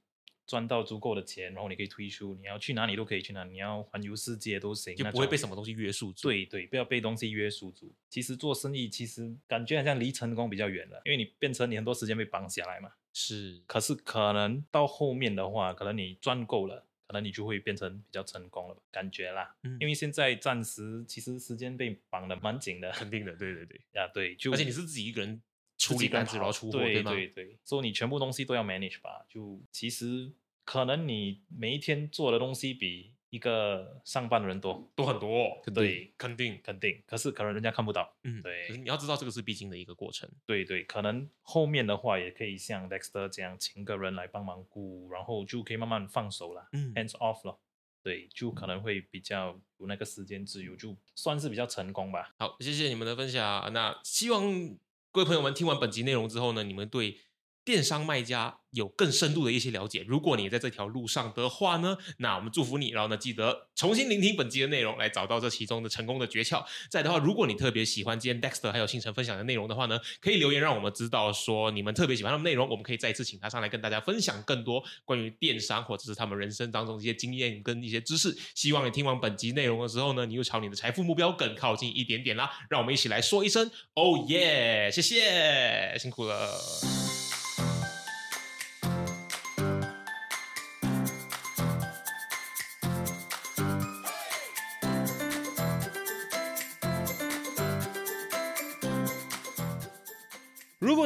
B: 赚到足够的钱，然后你可以退休，你要去哪里都可以去哪里，你要环游世界都行，
A: 就
B: 那
A: 不会
B: 种
A: 被什么东西约束住。
B: 对对，不要被东西约束住。其实做生意，其实感觉好像离成功比较远了，因为你变成你很多时间被绑起来嘛。
A: 是
B: 可是可能到后面的话，可能你赚够了，可能你就会变成比较成功了吧，感觉啦。
A: 嗯
B: 因为现在暂时其实时间被绑的蛮紧的
A: 肯定的，对对对。
B: 啊，对，就
A: 而且你是自己一个人处
B: 自己
A: 理
B: 一个人
A: 单子，然后
B: 跑
A: 出货，
B: 对
A: 吗？
B: 对对，所以你全部东西都要 manage 吧。就其实可能你每一天做的东西比一个上班的人多，
A: 多很多，
B: 肯定
A: 对，肯定，
B: 肯定。可是可能人家看不到。
A: 嗯，
B: 对
A: 可是你要知道这个是必经的一个过程，
B: 对对，可能后面的话也可以像 Dexter 这样请个人来帮忙顾，然后就可以慢慢放手了、
A: 嗯
B: h a n d s off 了。对，就可能会比较有那个时间自由，就算是比较成功吧。
A: 好，谢谢你们的分享。啊那希望各位朋友们听完本集内容之后呢，你们对电商卖家有更深入的一些了解。如果你在这条路上的话呢，那我们祝福你。然后呢，记得重新聆听本集的内容，来找到这其中的成功的诀窍。再的话，如果你特别喜欢今天 Dexter 还有星辰分享的内容的话呢，可以留言让我们知道说你们特别喜欢他们内容，我们可以再一次请他上来跟大家分享更多关于电商或者是他们人生当中的一些经验跟一些知识。希望你听完本集内容的时候呢，你又朝你的财富目标更靠近一点点啦。让我们一起来说一声 “Oh yeah”，谢谢，辛苦了。如果